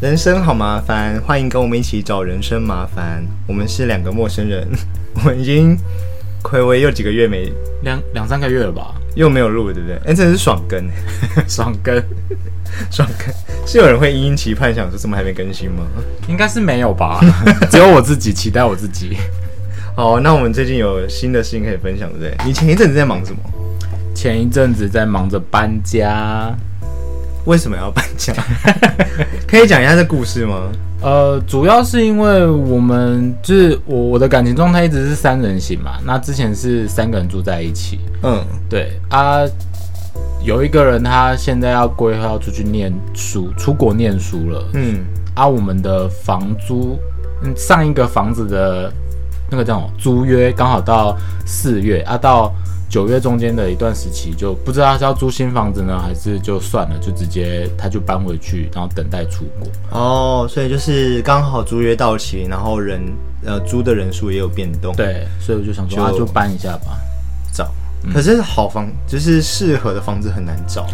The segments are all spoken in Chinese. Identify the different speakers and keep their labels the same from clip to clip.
Speaker 1: 人生好麻烦，欢迎跟我们一起找人生麻烦。我们是两个陌生人， 我们已经暌违又几个月没
Speaker 2: 两两三个月了吧，
Speaker 1: 又没有录了，对不对？哎、真的是爽更，
Speaker 2: 爽更
Speaker 1: 爽更是有人会殷殷期盼，想说怎么还没更新吗？
Speaker 2: 应该是没有吧，只有我自己期待我自己。
Speaker 1: 好，那我们最近有新的事情可以分享，对不对？你前一阵子在忙什么？
Speaker 2: 前一阵子在忙着搬家，
Speaker 1: 为什么要搬家？ 可以讲一下这故事吗？
Speaker 2: 呃，主要是因为我们就是我我的感情状态一直是三人行嘛，那之前是三个人住在一起，
Speaker 1: 嗯，
Speaker 2: 对啊，有一个人他现在要规划要出去念书，出国念书了，
Speaker 1: 嗯，
Speaker 2: 啊，我们的房租，嗯，上一个房子的那个叫什么租约刚好到四月啊，到九月中间的一段时期，就不知道他是要租新房子呢，还是就算了，就直接他就搬回去，然后等待出国。
Speaker 1: 哦，所以就是刚好租约到期，然后人呃租的人数也有变动，，
Speaker 2: 对，所以我就想说，
Speaker 1: 就
Speaker 2: 啊，就搬一下吧。
Speaker 1: 找。嗯可是好房就是适合的房子很难 找，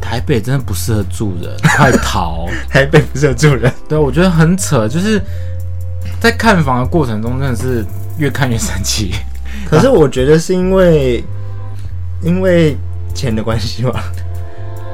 Speaker 2: 台北真的不适合住人，快逃！
Speaker 1: 台北不适合住人。
Speaker 2: 对，我觉得很扯，就是在看房的过程中，真的是越看越生气。
Speaker 1: 可是我觉得是因为因为钱的关系 吧。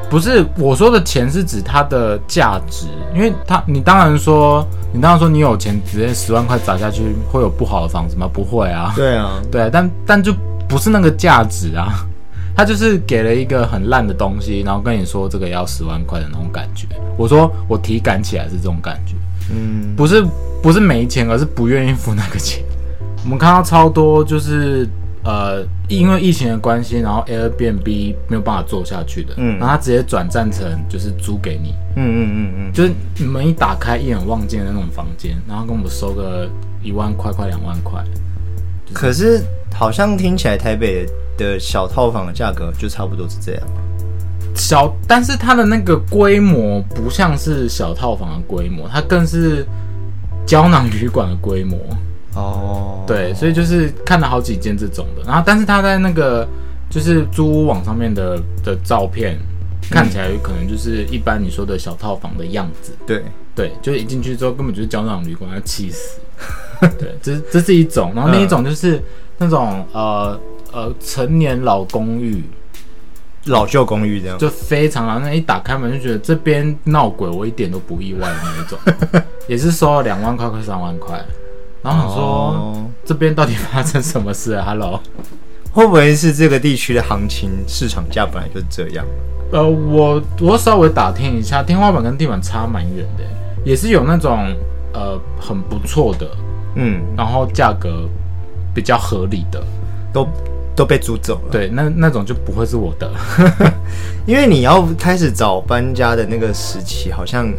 Speaker 2: 不是我说的钱是指它的价值，因为它你当然说你当然说你有钱直接十万块砸下去会有不好的房子吗？不会啊，
Speaker 1: 对啊，
Speaker 2: 对，但但就不是那个价值啊， 他就是给了一个很烂的东西，然后跟你说这个要十万块的那种感觉。我说我体感起来是这种感觉，
Speaker 1: 嗯，
Speaker 2: 不是不是没钱，而是不愿意付那个钱。 我们看到超多就是呃，因为疫情的关系，然后 Airbnb 没有办法做下去的，
Speaker 1: 嗯
Speaker 2: 然后他直接转战成就是租给你，
Speaker 1: 嗯嗯嗯嗯，
Speaker 2: 就是门一打开一眼望见的那种房间，然后跟我们收个一万块快两万块，
Speaker 1: 可是好像听起来台北的小套房的价格就差不多是这样。
Speaker 2: 小，但是它的那个规模不像是小套房的规模，它更是胶囊旅馆的规模。
Speaker 1: 哦，
Speaker 2: 对，所以就是看了好几间这种的，然后但是他在那个就是租屋网上面的的照片，看起来可能就是一般你说的小套房的样子。
Speaker 1: 对，
Speaker 2: 对，就是一进去之后根本就是胶囊旅馆，要气死。对，这这是一种，然后另一种就是那种呃呃成年老公寓，
Speaker 1: 老旧公寓这样。
Speaker 2: 就非常啊，那一打开门就觉得这边闹鬼，我一点都不意外的那一种，也是收了两万块，快三万块。然后想说、
Speaker 1: 哦
Speaker 2: 这边到底发生什么事啊？Hello，
Speaker 1: 会不会是这个地区的行情市场价本来就是这样？
Speaker 2: 呃，我我稍微打听一下，天花板跟地板差蛮远的，也是有那种呃很不错的，
Speaker 1: 嗯，
Speaker 2: 然后价格比较合理的，
Speaker 1: 都都被租走了。，
Speaker 2: 对，那那种就不会是我的。
Speaker 1: 因为你要开始找搬家的那个时期，好像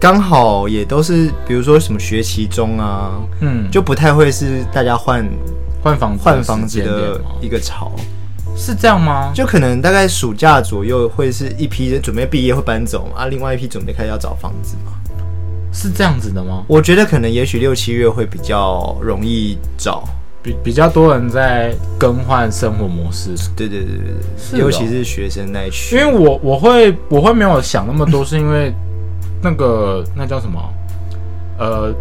Speaker 1: 刚好也都是，比如说什么学期中啊，
Speaker 2: 嗯，就
Speaker 1: 就不太会是大家换
Speaker 2: 换房子
Speaker 1: 换房子
Speaker 2: 时间点
Speaker 1: 的
Speaker 2: 吗
Speaker 1: 一个潮，
Speaker 2: 是这样吗？
Speaker 1: 就可能大概暑假左右会是一批人准备毕业会搬走嘛，啊，另外一批准备开始要找房子嘛。
Speaker 2: 是这样子的吗？
Speaker 1: 我觉得可能也许六七月会比较容易找，
Speaker 2: 比比较多人在更换生活模式，
Speaker 1: 对对对对
Speaker 2: 是
Speaker 1: 对，
Speaker 2: 哦
Speaker 1: 尤其是学生那一区，
Speaker 2: 因为我我会我会没有想那么多，是因为那个 那叫什么？呃，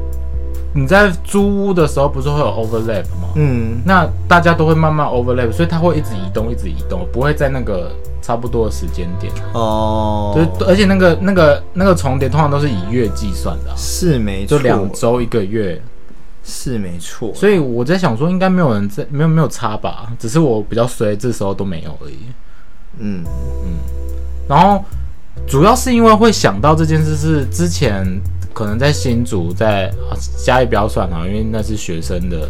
Speaker 2: 你在租屋的时候不是会有 overlap 吗？
Speaker 1: 嗯，
Speaker 2: 那大家都会慢慢 overlap，所以它会一直移动，一直移动，不会在那个差不多的时间点。
Speaker 1: 哦，
Speaker 2: 就是而且那个那个那个重叠通常都是以月计算的啊、
Speaker 1: 是没错，
Speaker 2: 就两周一个月。
Speaker 1: 是没错，
Speaker 2: 所以我在想说，应该没有人在没有没有差吧，只是我比较衰，这时候都没有而已。
Speaker 1: 嗯，
Speaker 2: 然后主要是因为会想到这件事是之前可能在新竹在啊嘉义不要算啊，因为那是学生的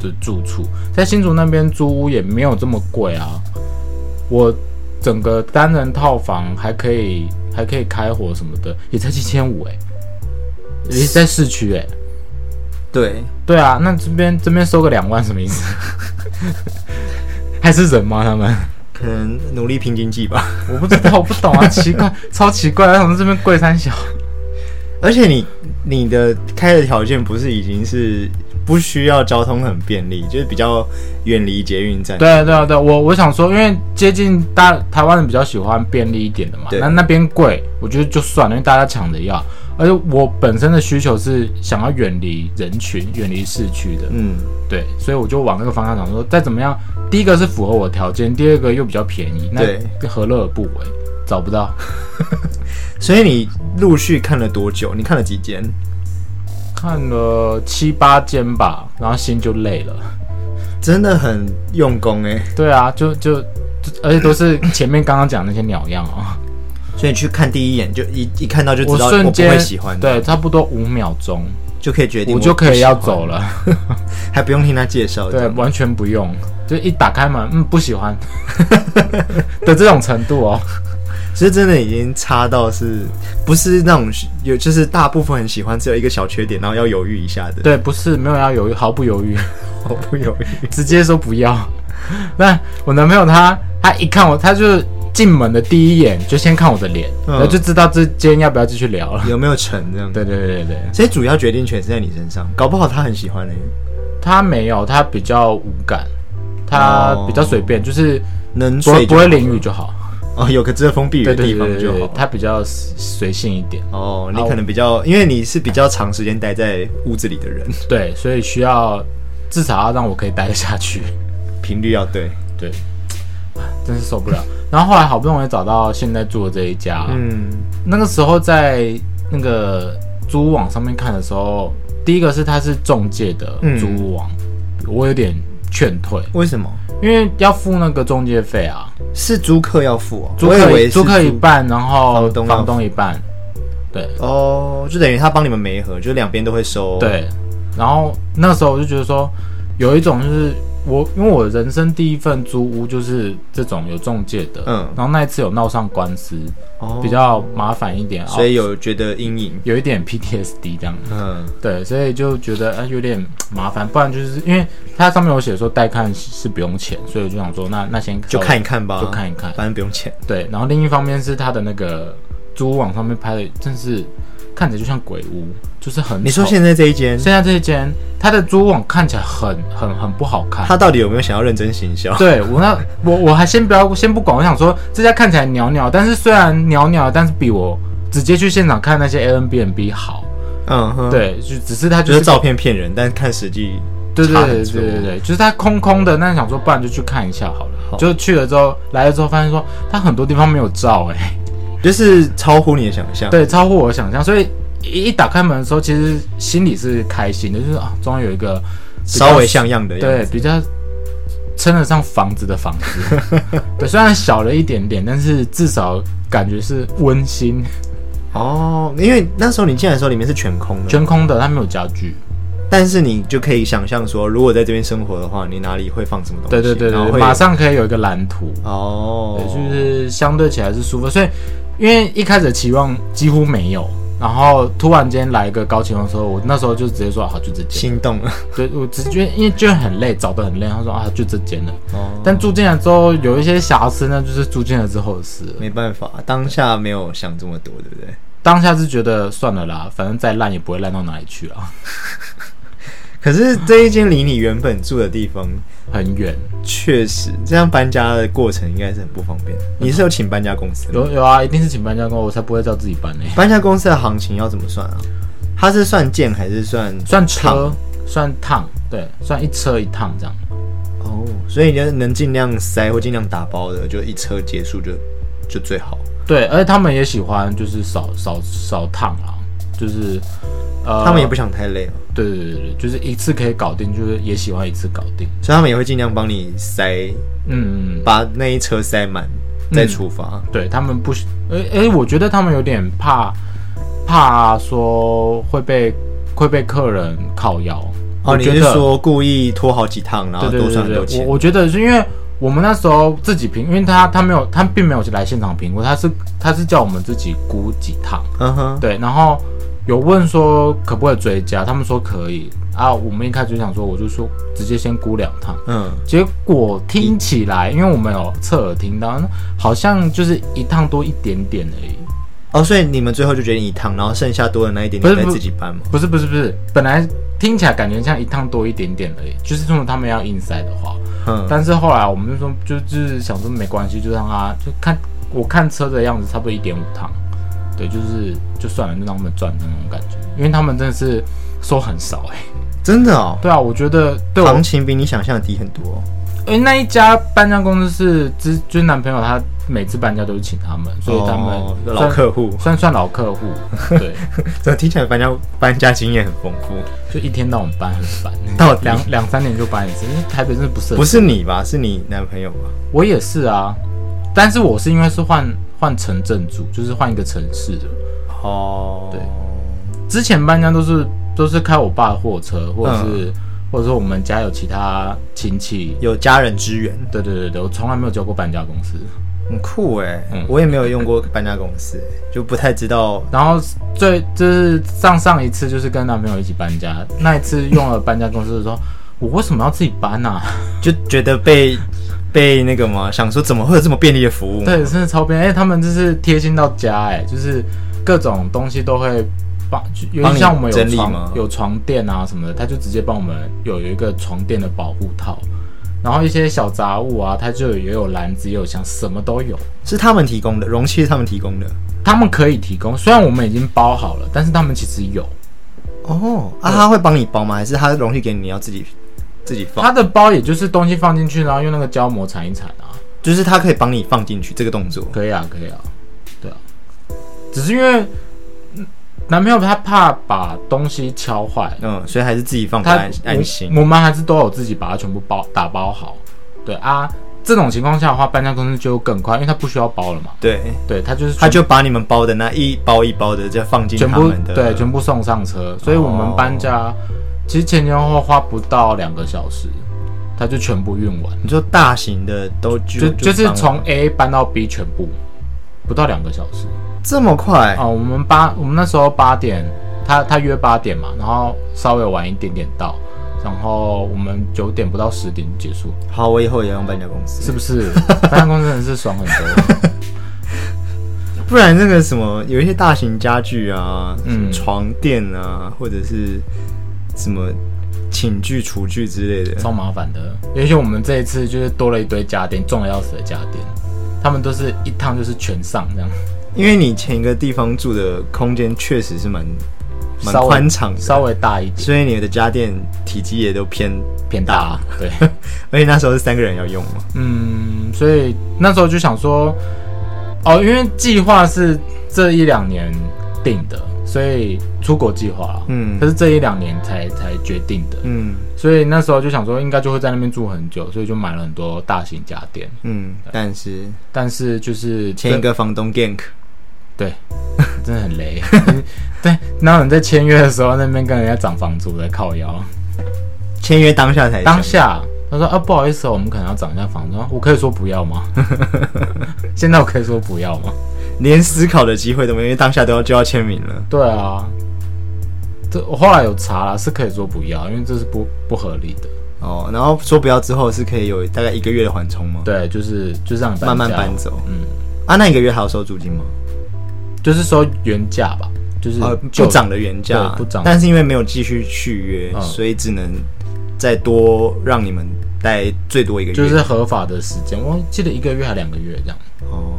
Speaker 2: 的住处，在新竹那边租屋也没有这么贵啊。我整个单人套房还可以还可以开火什么的，也才七千五哎，也是在市区哎、
Speaker 1: 对，
Speaker 2: 对啊，那这边这边收个两万什么意思？ 还是人吗？他们？
Speaker 1: 可能努力拼经济吧。
Speaker 2: 我不知道，我不懂啊，奇怪， 超奇怪，为什么这边贵三小？
Speaker 1: 而且你你的开的条件不是已经是不需要交通很便利，就是比较远离捷运站。
Speaker 2: 对啊对啊对啊，我我想说，因为接近大台湾人比较喜欢便利一点的嘛，
Speaker 1: 对
Speaker 2: 那那边贵，我觉得就算了，因为大家抢着要。而且我本身的需求是想要远离人群、远离市区的，
Speaker 1: 嗯，
Speaker 2: 对，所以我就往那个方向想说，再怎么样，第一个是符合我的条件，第二个又比较便宜，
Speaker 1: 对
Speaker 2: 那何乐而不为？找不到，
Speaker 1: 所以你陆续看了多久？你看了几间？
Speaker 2: 看了七八间吧，然后心就累了。
Speaker 1: 真的很用功哎、
Speaker 2: 对啊，就就就而且都是前面刚刚讲那些鸟样啊、
Speaker 1: 所以你去看第一眼就一一看到就知道
Speaker 2: 瞬
Speaker 1: 我不
Speaker 2: 间
Speaker 1: 会喜欢，，
Speaker 2: 对，差不多五秒钟，
Speaker 1: 就可以决定
Speaker 2: 我
Speaker 1: 我
Speaker 2: 就可以要
Speaker 1: 不喜欢
Speaker 2: 走，了。
Speaker 1: 还不用听他介绍。这
Speaker 2: 对，
Speaker 1: 样
Speaker 2: 完全不用，就一打开门，嗯，不喜欢嗯 的这种程度哦。
Speaker 1: 其实真的已经差到是不是那种有就是大部分很喜欢，只有一个小缺点，然后要犹豫一下的，
Speaker 2: 对，不是没有要犹豫，毫不犹豫，
Speaker 1: 我不犹豫。
Speaker 2: 直接说不要。那我男朋友他他一看我，他就进门的第一眼就先看我的脸，
Speaker 1: 嗯
Speaker 2: 然后就知道这今天要不要继续聊了。
Speaker 1: 有没有成这样？
Speaker 2: 对对对对对，
Speaker 1: 所以主要决定权是在你身上，搞不好他很喜欢呢、
Speaker 2: 他没有，他比较无感，他
Speaker 1: 哦
Speaker 2: 比较随便，就是
Speaker 1: 能
Speaker 2: 不
Speaker 1: 睡
Speaker 2: 会
Speaker 1: 就
Speaker 2: 不
Speaker 1: 好
Speaker 2: 会淋雨就好。
Speaker 1: 哦，有个遮风避雨
Speaker 2: 对
Speaker 1: 的
Speaker 2: 对
Speaker 1: 地方
Speaker 2: 对
Speaker 1: 就
Speaker 2: 对
Speaker 1: 好
Speaker 2: 对，。他比较随性一点，
Speaker 1: 哦，你
Speaker 2: 啊
Speaker 1: 可能比较，因为你是比较长时间待在屋子里的人，
Speaker 2: 对，所以需要至少要让我可以待得下去，
Speaker 1: 频率要对。
Speaker 2: 对， 真是受不了。然后后来好不容易找到现在住的这一家，
Speaker 1: 嗯，
Speaker 2: 那个时候在那个租屋网上面看的时候，第一个是它是中介的
Speaker 1: 嗯
Speaker 2: 租屋网，我有点劝退，
Speaker 1: 为什么
Speaker 2: 因为要付那个中介费啊，
Speaker 1: 是租客要付哦？
Speaker 2: 租
Speaker 1: 我以
Speaker 2: 客
Speaker 1: 为是
Speaker 2: 租客一半，然后
Speaker 1: 房东要
Speaker 2: 房东一半，对，
Speaker 1: 哦，就等于他帮你们媒合，就两边都会收。，
Speaker 2: 对，然后那时候我就觉得说，有一种就是我，因为我人生第一份租屋就是这种有中介的，
Speaker 1: 嗯
Speaker 2: 然后那一次有闹上官司，
Speaker 1: 哦
Speaker 2: 比，较麻烦一点，
Speaker 1: 所
Speaker 2: 哦
Speaker 1: 以有觉得阴影。
Speaker 2: 有一点 PTSD 这样，
Speaker 1: 嗯，
Speaker 2: 对，所以就觉得啊、有点麻烦，不然就是因为它上面有写说带看是不用钱，所以我就想说那那先
Speaker 1: 就看一看啊吧，
Speaker 2: 就看一看，
Speaker 1: 反正不用钱。
Speaker 2: 对，然后另一方面是它的那个租屋网上面拍的，真是看起来就像鬼屋，就是很
Speaker 1: 你说
Speaker 2: 丑
Speaker 1: 现在这一间，
Speaker 2: 现在这一间，它的租网看起来很很很不好看。
Speaker 1: 他到底有没有想要认真行销？
Speaker 2: 对我那我我还先不要先不管，我想说这家看起来袅袅，但是虽然袅袅，但是比我直接去现场看那些 Airbnb 好。
Speaker 1: 嗯哼，，
Speaker 2: 对，就只是它
Speaker 1: 就
Speaker 2: 就是是
Speaker 1: 照片骗人，但看实际
Speaker 2: 对对
Speaker 1: 差
Speaker 2: 对
Speaker 1: 很
Speaker 2: 对对对
Speaker 1: 多
Speaker 2: 对，就是它空空的，那想说不然就去看一下好了。
Speaker 1: 好
Speaker 2: 就去了之后，来了之后发现说它很多地方没有照哎、
Speaker 1: 嗯就是超乎你的想象。，
Speaker 2: 对，超乎我的想象，所以。一一打开门的时候，其实心里是开心的，就是啊，终于有一个比较
Speaker 1: 稍微像样的样
Speaker 2: 对，
Speaker 1: 子。
Speaker 2: 比较称得上房子的房子。 对，虽然小了一点点，但是至少感觉是温馨，
Speaker 1: 哦，因为那时候你进来的时候里面是全空的，
Speaker 2: 全空的，它没有家具。
Speaker 1: 但是你就可以想象说，如果在这边生活的话，你哪里会放什么东西？
Speaker 2: 对对对
Speaker 1: 然后
Speaker 2: 对，
Speaker 1: 会
Speaker 2: 马上可以有一个蓝图，
Speaker 1: 哦
Speaker 2: 对，，就是相对起来是舒服。所以，因为一开始的期望几乎没有。然后突然间来一个高期望的时候，我那时候就直接说啊好就这间，
Speaker 1: 心动了。
Speaker 2: 对我直觉因为就很累，找的很累。他说啊就这间了，
Speaker 1: 哦，
Speaker 2: 但住进来之后有一些瑕疵，那就是住进来之后的事了。
Speaker 1: 没办法，当下没有想这么多，对不对？
Speaker 2: 当下是觉得算了啦，反正再烂也不会烂到哪里去啊，
Speaker 1: 可是这一间离你原本住的地方，
Speaker 2: 很远。
Speaker 1: 确实这样搬家的过程应该是很不方便。你是有请搬家公司吗？
Speaker 2: 有有啊，一定是请搬家工，我才不会叫自己搬呢、
Speaker 1: 搬家公司的行情要怎么算啊？它是算件还是算
Speaker 2: 算
Speaker 1: 趟
Speaker 2: 车，算趟，对，算一车一趟这样。
Speaker 1: 哦，所以你就能尽量塞或尽量打包的，就一车结束就就最好。
Speaker 2: 对，而且他们也喜欢就是少少少趟啊，就是呃，
Speaker 1: 他们也不想太累了，啊
Speaker 2: 对对对对，就是一次可以搞定，就是也喜欢一次搞定。
Speaker 1: 所以他们也会尽量帮你塞，
Speaker 2: 嗯，嗯嗯
Speaker 1: 把那一车塞满再出发。
Speaker 2: 对他们不喜，哎哎，我觉得他们有点怕怕说会被会被客人靠腰。
Speaker 1: 哦，
Speaker 2: 我
Speaker 1: 你
Speaker 2: 觉
Speaker 1: 是
Speaker 2: 得
Speaker 1: 说故意拖好几趟，然后
Speaker 2: 对
Speaker 1: 多
Speaker 2: 对
Speaker 1: 赚很多
Speaker 2: 对对，
Speaker 1: 钱？
Speaker 2: 我我觉得是因为我们那时候自己评，因为他他没有他并没有来现场评估，他是他是叫我们自己估几趟，
Speaker 1: 嗯哼，
Speaker 2: 对，然后有问说可不可以追加，他们说可以啊，我们一开始就想说，我就说直接先估两趟。
Speaker 1: 嗯，
Speaker 2: 结果听起来，因为我们有侧耳听到，好像就是一趟多一点点而已。
Speaker 1: 哦，所以你们最后就决定一趟，然后剩下多的那一点
Speaker 2: 不
Speaker 1: 点
Speaker 2: 是
Speaker 1: 再
Speaker 2: 不
Speaker 1: 自己搬吗？
Speaker 2: 不是不是不是，本来听起来感觉像一趟多一点点而已。就是如果他们要 inside 的话，
Speaker 1: 嗯，
Speaker 2: 但是后来我们就说，就就是想说没关系，就让他就看我看车的样子，差不多一点五趟，对，就是就算了，就让他们赚的那种感觉，因为他们真的是收很少哎、
Speaker 1: 真的哦，
Speaker 2: 对啊，我觉得对我
Speaker 1: 行情比你想象的低很多哦、
Speaker 2: 因为那一家搬家公司是之就是男朋友他每次搬家都是请他们，所以他们
Speaker 1: 哦
Speaker 2: 算、
Speaker 1: 老客 户，
Speaker 2: 算算老 客户，对，
Speaker 1: 这听起来搬家搬家经验很丰富。
Speaker 2: 就一天到晚搬很 烦，
Speaker 1: 到底
Speaker 2: 两两三点就搬一次，因为台北真的不适合。
Speaker 1: 不是你吧？是你男朋友吧？
Speaker 2: 我也是啊，但是我是因为是换换城镇住，就是换一个城市的。
Speaker 1: 哦，
Speaker 2: 对之前搬家都是都是开我爸的货车，或者是、或者说我们家有其他亲戚。
Speaker 1: 有家人支援，
Speaker 2: 对对对对，我从来没有交过搬家公司。
Speaker 1: 很酷哎、
Speaker 2: 嗯
Speaker 1: 我也没有用过搬家公司，就不太知道
Speaker 2: 然后最就是上上一次就是跟男朋友一起搬家，那一次用了搬家公司的时候，我为什么要自己搬啊？
Speaker 1: 就觉得被被那个嘛，想说怎么会有这么便利的服务？
Speaker 2: 对，，真的超便利。哎、他们就是贴心到家、哎，就是各种东西都会帮，就有
Speaker 1: 帮
Speaker 2: 点
Speaker 1: 你
Speaker 2: 像我们有
Speaker 1: 整理吗
Speaker 2: 床有床垫啊什么的，他就直接帮我们有有一个床垫的保护套，然后一些小杂物啊，他就有也有篮子，也有箱，什么都有。
Speaker 1: 是他们提供的，容器是他们提供的。
Speaker 2: 他们可以提供，虽然我们已经包好了，但是他们其实有。
Speaker 1: 哦，啊，
Speaker 2: 对
Speaker 1: 他会帮你包吗？还是他容器给你，你要自己自己放？
Speaker 2: 它的包也就是东西放进去，然后用那个胶膜缠一缠啊。
Speaker 1: 就是他可以帮你放进去这个动作。
Speaker 2: 可以啊，可以啊，对啊，只是因为嗯男朋友他怕把东西敲坏，
Speaker 1: 嗯，所以还是自己放比较
Speaker 2: 他
Speaker 1: 安安心。
Speaker 2: 我。我们还是都有自己把它全部包打包好。对啊，这种情况下的话，搬家公司就更快，因为他不需要包了嘛。
Speaker 1: 对，
Speaker 2: 对他就是
Speaker 1: 他就把你们包的那一包一包的就放进
Speaker 2: 全
Speaker 1: 他
Speaker 2: 部
Speaker 1: 们的，
Speaker 2: 对全部送上车，所以我
Speaker 1: 哦
Speaker 2: 们搬家、其实前前后后花不到两个小时，他就全部运完，
Speaker 1: 你说大型的都
Speaker 2: 就
Speaker 1: 就
Speaker 2: 就是
Speaker 1: 放
Speaker 2: 从 A 搬到 B 全部不到两个小时。
Speaker 1: 这么快，
Speaker 2: 哦，我们八，我们那时候八点，他他约八点嘛，然后稍微晚一点点到，然后我们九点不到十点就结束，
Speaker 1: 好，我以后也要用搬家公司，
Speaker 2: 是不 是？搬家公司真的是爽很多。
Speaker 1: 不然那个什么，有一些大型家具啊，
Speaker 2: 嗯
Speaker 1: 嗯，床垫啊，或者是什么寝具、厨具之类的，
Speaker 2: 超麻烦的。也许我们这一次就是多了一堆家电，重的要死的家电，他们都是一趟就是全上这样，
Speaker 1: 因为你前一个地方住的空间确实是蛮蛮
Speaker 2: 稍微
Speaker 1: 宽敞的，
Speaker 2: 稍，微大一点，
Speaker 1: 所以你的家电体积也都偏，
Speaker 2: 偏大。对，
Speaker 1: 而且那时候是三个人要用嘛，
Speaker 2: 嗯，所以那时候就想说，哦，因为计划是这一两年定的，所以出国计划啦。
Speaker 1: 嗯
Speaker 2: 可是这一两年才才决定的，
Speaker 1: 嗯
Speaker 2: 所以那时候就想说应该就会在那边住很久，所以就买了很多大型家电。
Speaker 1: 嗯，但是
Speaker 2: 但是就是
Speaker 1: 前一个房东 gank，
Speaker 2: 真真的很雷， 对。然后你在签约的时候那边跟人家涨房租在靠腰，
Speaker 1: 签约当下才
Speaker 2: 当下他说啊不好意思、哦，我们可能要涨一下房租，我可以说不要吗？ 现在我可以说不要吗？
Speaker 1: 连思考的机会都没有，因为当下都要就要签名了。
Speaker 2: 对啊，这我后来有查了，是可以说不要，因为这是不不合理的。
Speaker 1: 哦，然后说不要之后是可以有大概一个月的缓冲吗？
Speaker 2: 对，就是就是让你搬
Speaker 1: 慢慢
Speaker 2: 家
Speaker 1: 搬，走
Speaker 2: 嗯，
Speaker 1: 啊，那一个月还有收租金吗？
Speaker 2: 就是说原价吧，就是
Speaker 1: 呃，
Speaker 2: 旧
Speaker 1: 不涨的原价，
Speaker 2: 对不涨
Speaker 1: 但是因为没有继续续约，
Speaker 2: 嗯
Speaker 1: 所以只能再多让你们待最多一个月。
Speaker 2: 就是合法的时间，我记得一个月还两个月这样，
Speaker 1: 哦，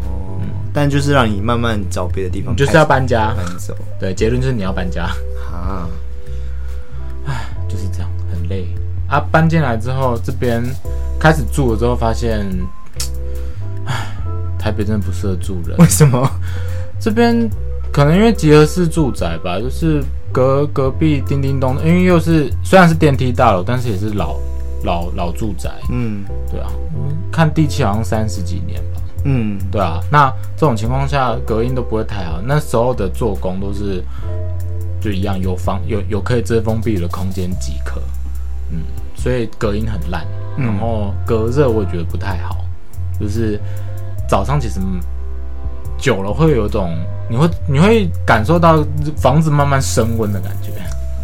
Speaker 1: 但就是让你慢慢找别的地方，
Speaker 2: 你嗯就是要搬家。
Speaker 1: 搬走
Speaker 2: 对，结论就是你要搬家，
Speaker 1: 啊。
Speaker 2: 就是这样，很累啊。搬进来之后，这边开始住了之后，发现，唉，台北真的不适合住人
Speaker 1: 为。什么？
Speaker 2: 这边可能因为集合式住宅吧，就是隔隔壁叮叮咚，因为又是虽然是电梯大楼，但是也是老老老住宅，
Speaker 1: 嗯
Speaker 2: 对啊，看地契好像三十几年吧，
Speaker 1: 嗯，
Speaker 2: 对啊，那这种情况下隔音都不会太好，那时候的做工都是就一样有房有有可以遮风避雨的空间即可，嗯，所以隔音很烂，
Speaker 1: 嗯
Speaker 2: 然后隔热我也觉得不太好，就是早上其实久了会有一种你会你会感受到房子慢慢升温的感觉，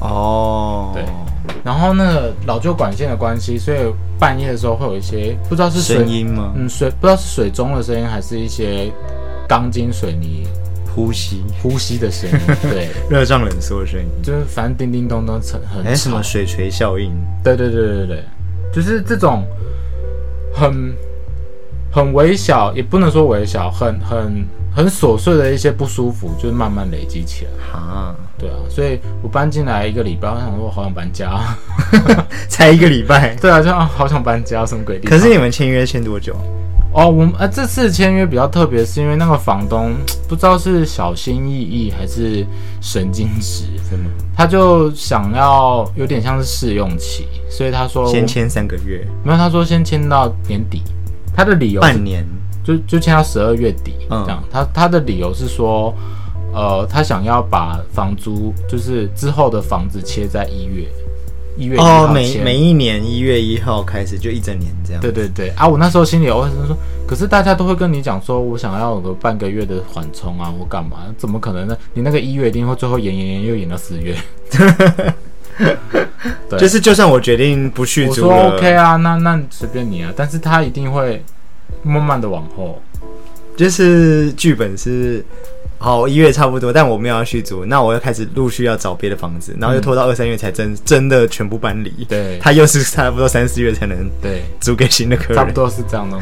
Speaker 1: 哦，
Speaker 2: 对然后那个老旧管线的关系，所以半夜的时候会有一些不知道是嗯水
Speaker 1: 声音吗？
Speaker 2: 嗯，水不知道是水中的声音，还是一些钢筋水泥
Speaker 1: 呼吸，
Speaker 2: 呼吸的声音， 对，
Speaker 1: 热胀冷缩的声音，
Speaker 2: 就是反正叮叮咚咚很很吵。
Speaker 1: 哎，什么水锤效应？
Speaker 2: 对对对对对，就是这种很很微小，也不能说微小，很很很琐碎的一些不舒服，就是慢慢累积起来。
Speaker 1: 啊，
Speaker 2: 对啊，所以我搬进来一个礼拜，我想说我好想搬家 啊。
Speaker 1: 才一个礼 拜。
Speaker 2: 对啊，就啊好想搬家，什么鬼地
Speaker 1: 可
Speaker 2: 方？
Speaker 1: 是你们签约签多久？
Speaker 2: 哦，我们呃这次签约比较特别，是因为那个房东不知道是小心翼翼还是神经质，
Speaker 1: 什么？
Speaker 2: 他就想要有点像是试用期，所以他说
Speaker 1: 先签三个月，
Speaker 2: 没有，他说先签到年底，他的理由是
Speaker 1: 半年。
Speaker 2: 就就签到十二月底、
Speaker 1: 嗯
Speaker 2: 这样。他他的理由是说，呃，他想要把房租就是之后的房子切在一月，一月一号
Speaker 1: 哦，每
Speaker 2: 签
Speaker 1: 每一年一月一号开始，就一整年这样。
Speaker 2: 对对对啊！我那时候心里有问说，可是大家都会跟你讲说，我想要有个半个月的缓冲啊，我干嘛？怎么可能呢？你那个一月一定会最后延延延又延到 四月。对
Speaker 1: 就是就算我决定不续
Speaker 2: 我
Speaker 1: 租
Speaker 2: 说
Speaker 1: 了
Speaker 2: OK 啊，那那随便你啊，但是他一定会慢慢的往后。
Speaker 1: 就是剧本是好一月差不多，但我没有要续租，那我又开始陆续要找别的房子，然后又拖到二三月才真真的全部搬离。
Speaker 2: 嗯对
Speaker 1: 他又是差不多三四月才能
Speaker 2: 对，
Speaker 1: 租给新的客人，
Speaker 2: 差不多是 这样的。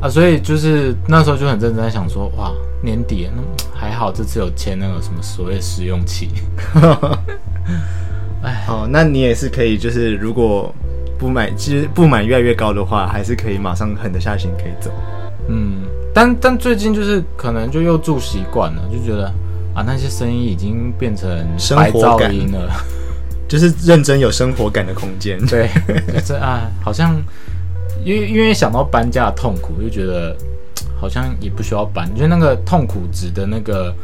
Speaker 2: 啊，所以就是那时候就很认真在想说，哇，年底那还好这次有签那个什么所谓试用期。
Speaker 1: 哦，那你也是可以，就是如果不买，其实不满越来越高的话，还是可以马上狠得下心可以走。
Speaker 2: 嗯，但但最近就是可能就又住习惯了，就觉得啊那些声音已经变成
Speaker 1: 生
Speaker 2: 白
Speaker 1: 活
Speaker 2: 噪
Speaker 1: 感
Speaker 2: 音 了，
Speaker 1: 就是认真有生活感的空间。
Speaker 2: 对，就是啊好像因为因为想到搬家的痛苦，就觉得嘖好像也不需要搬，就是那个痛苦值的那个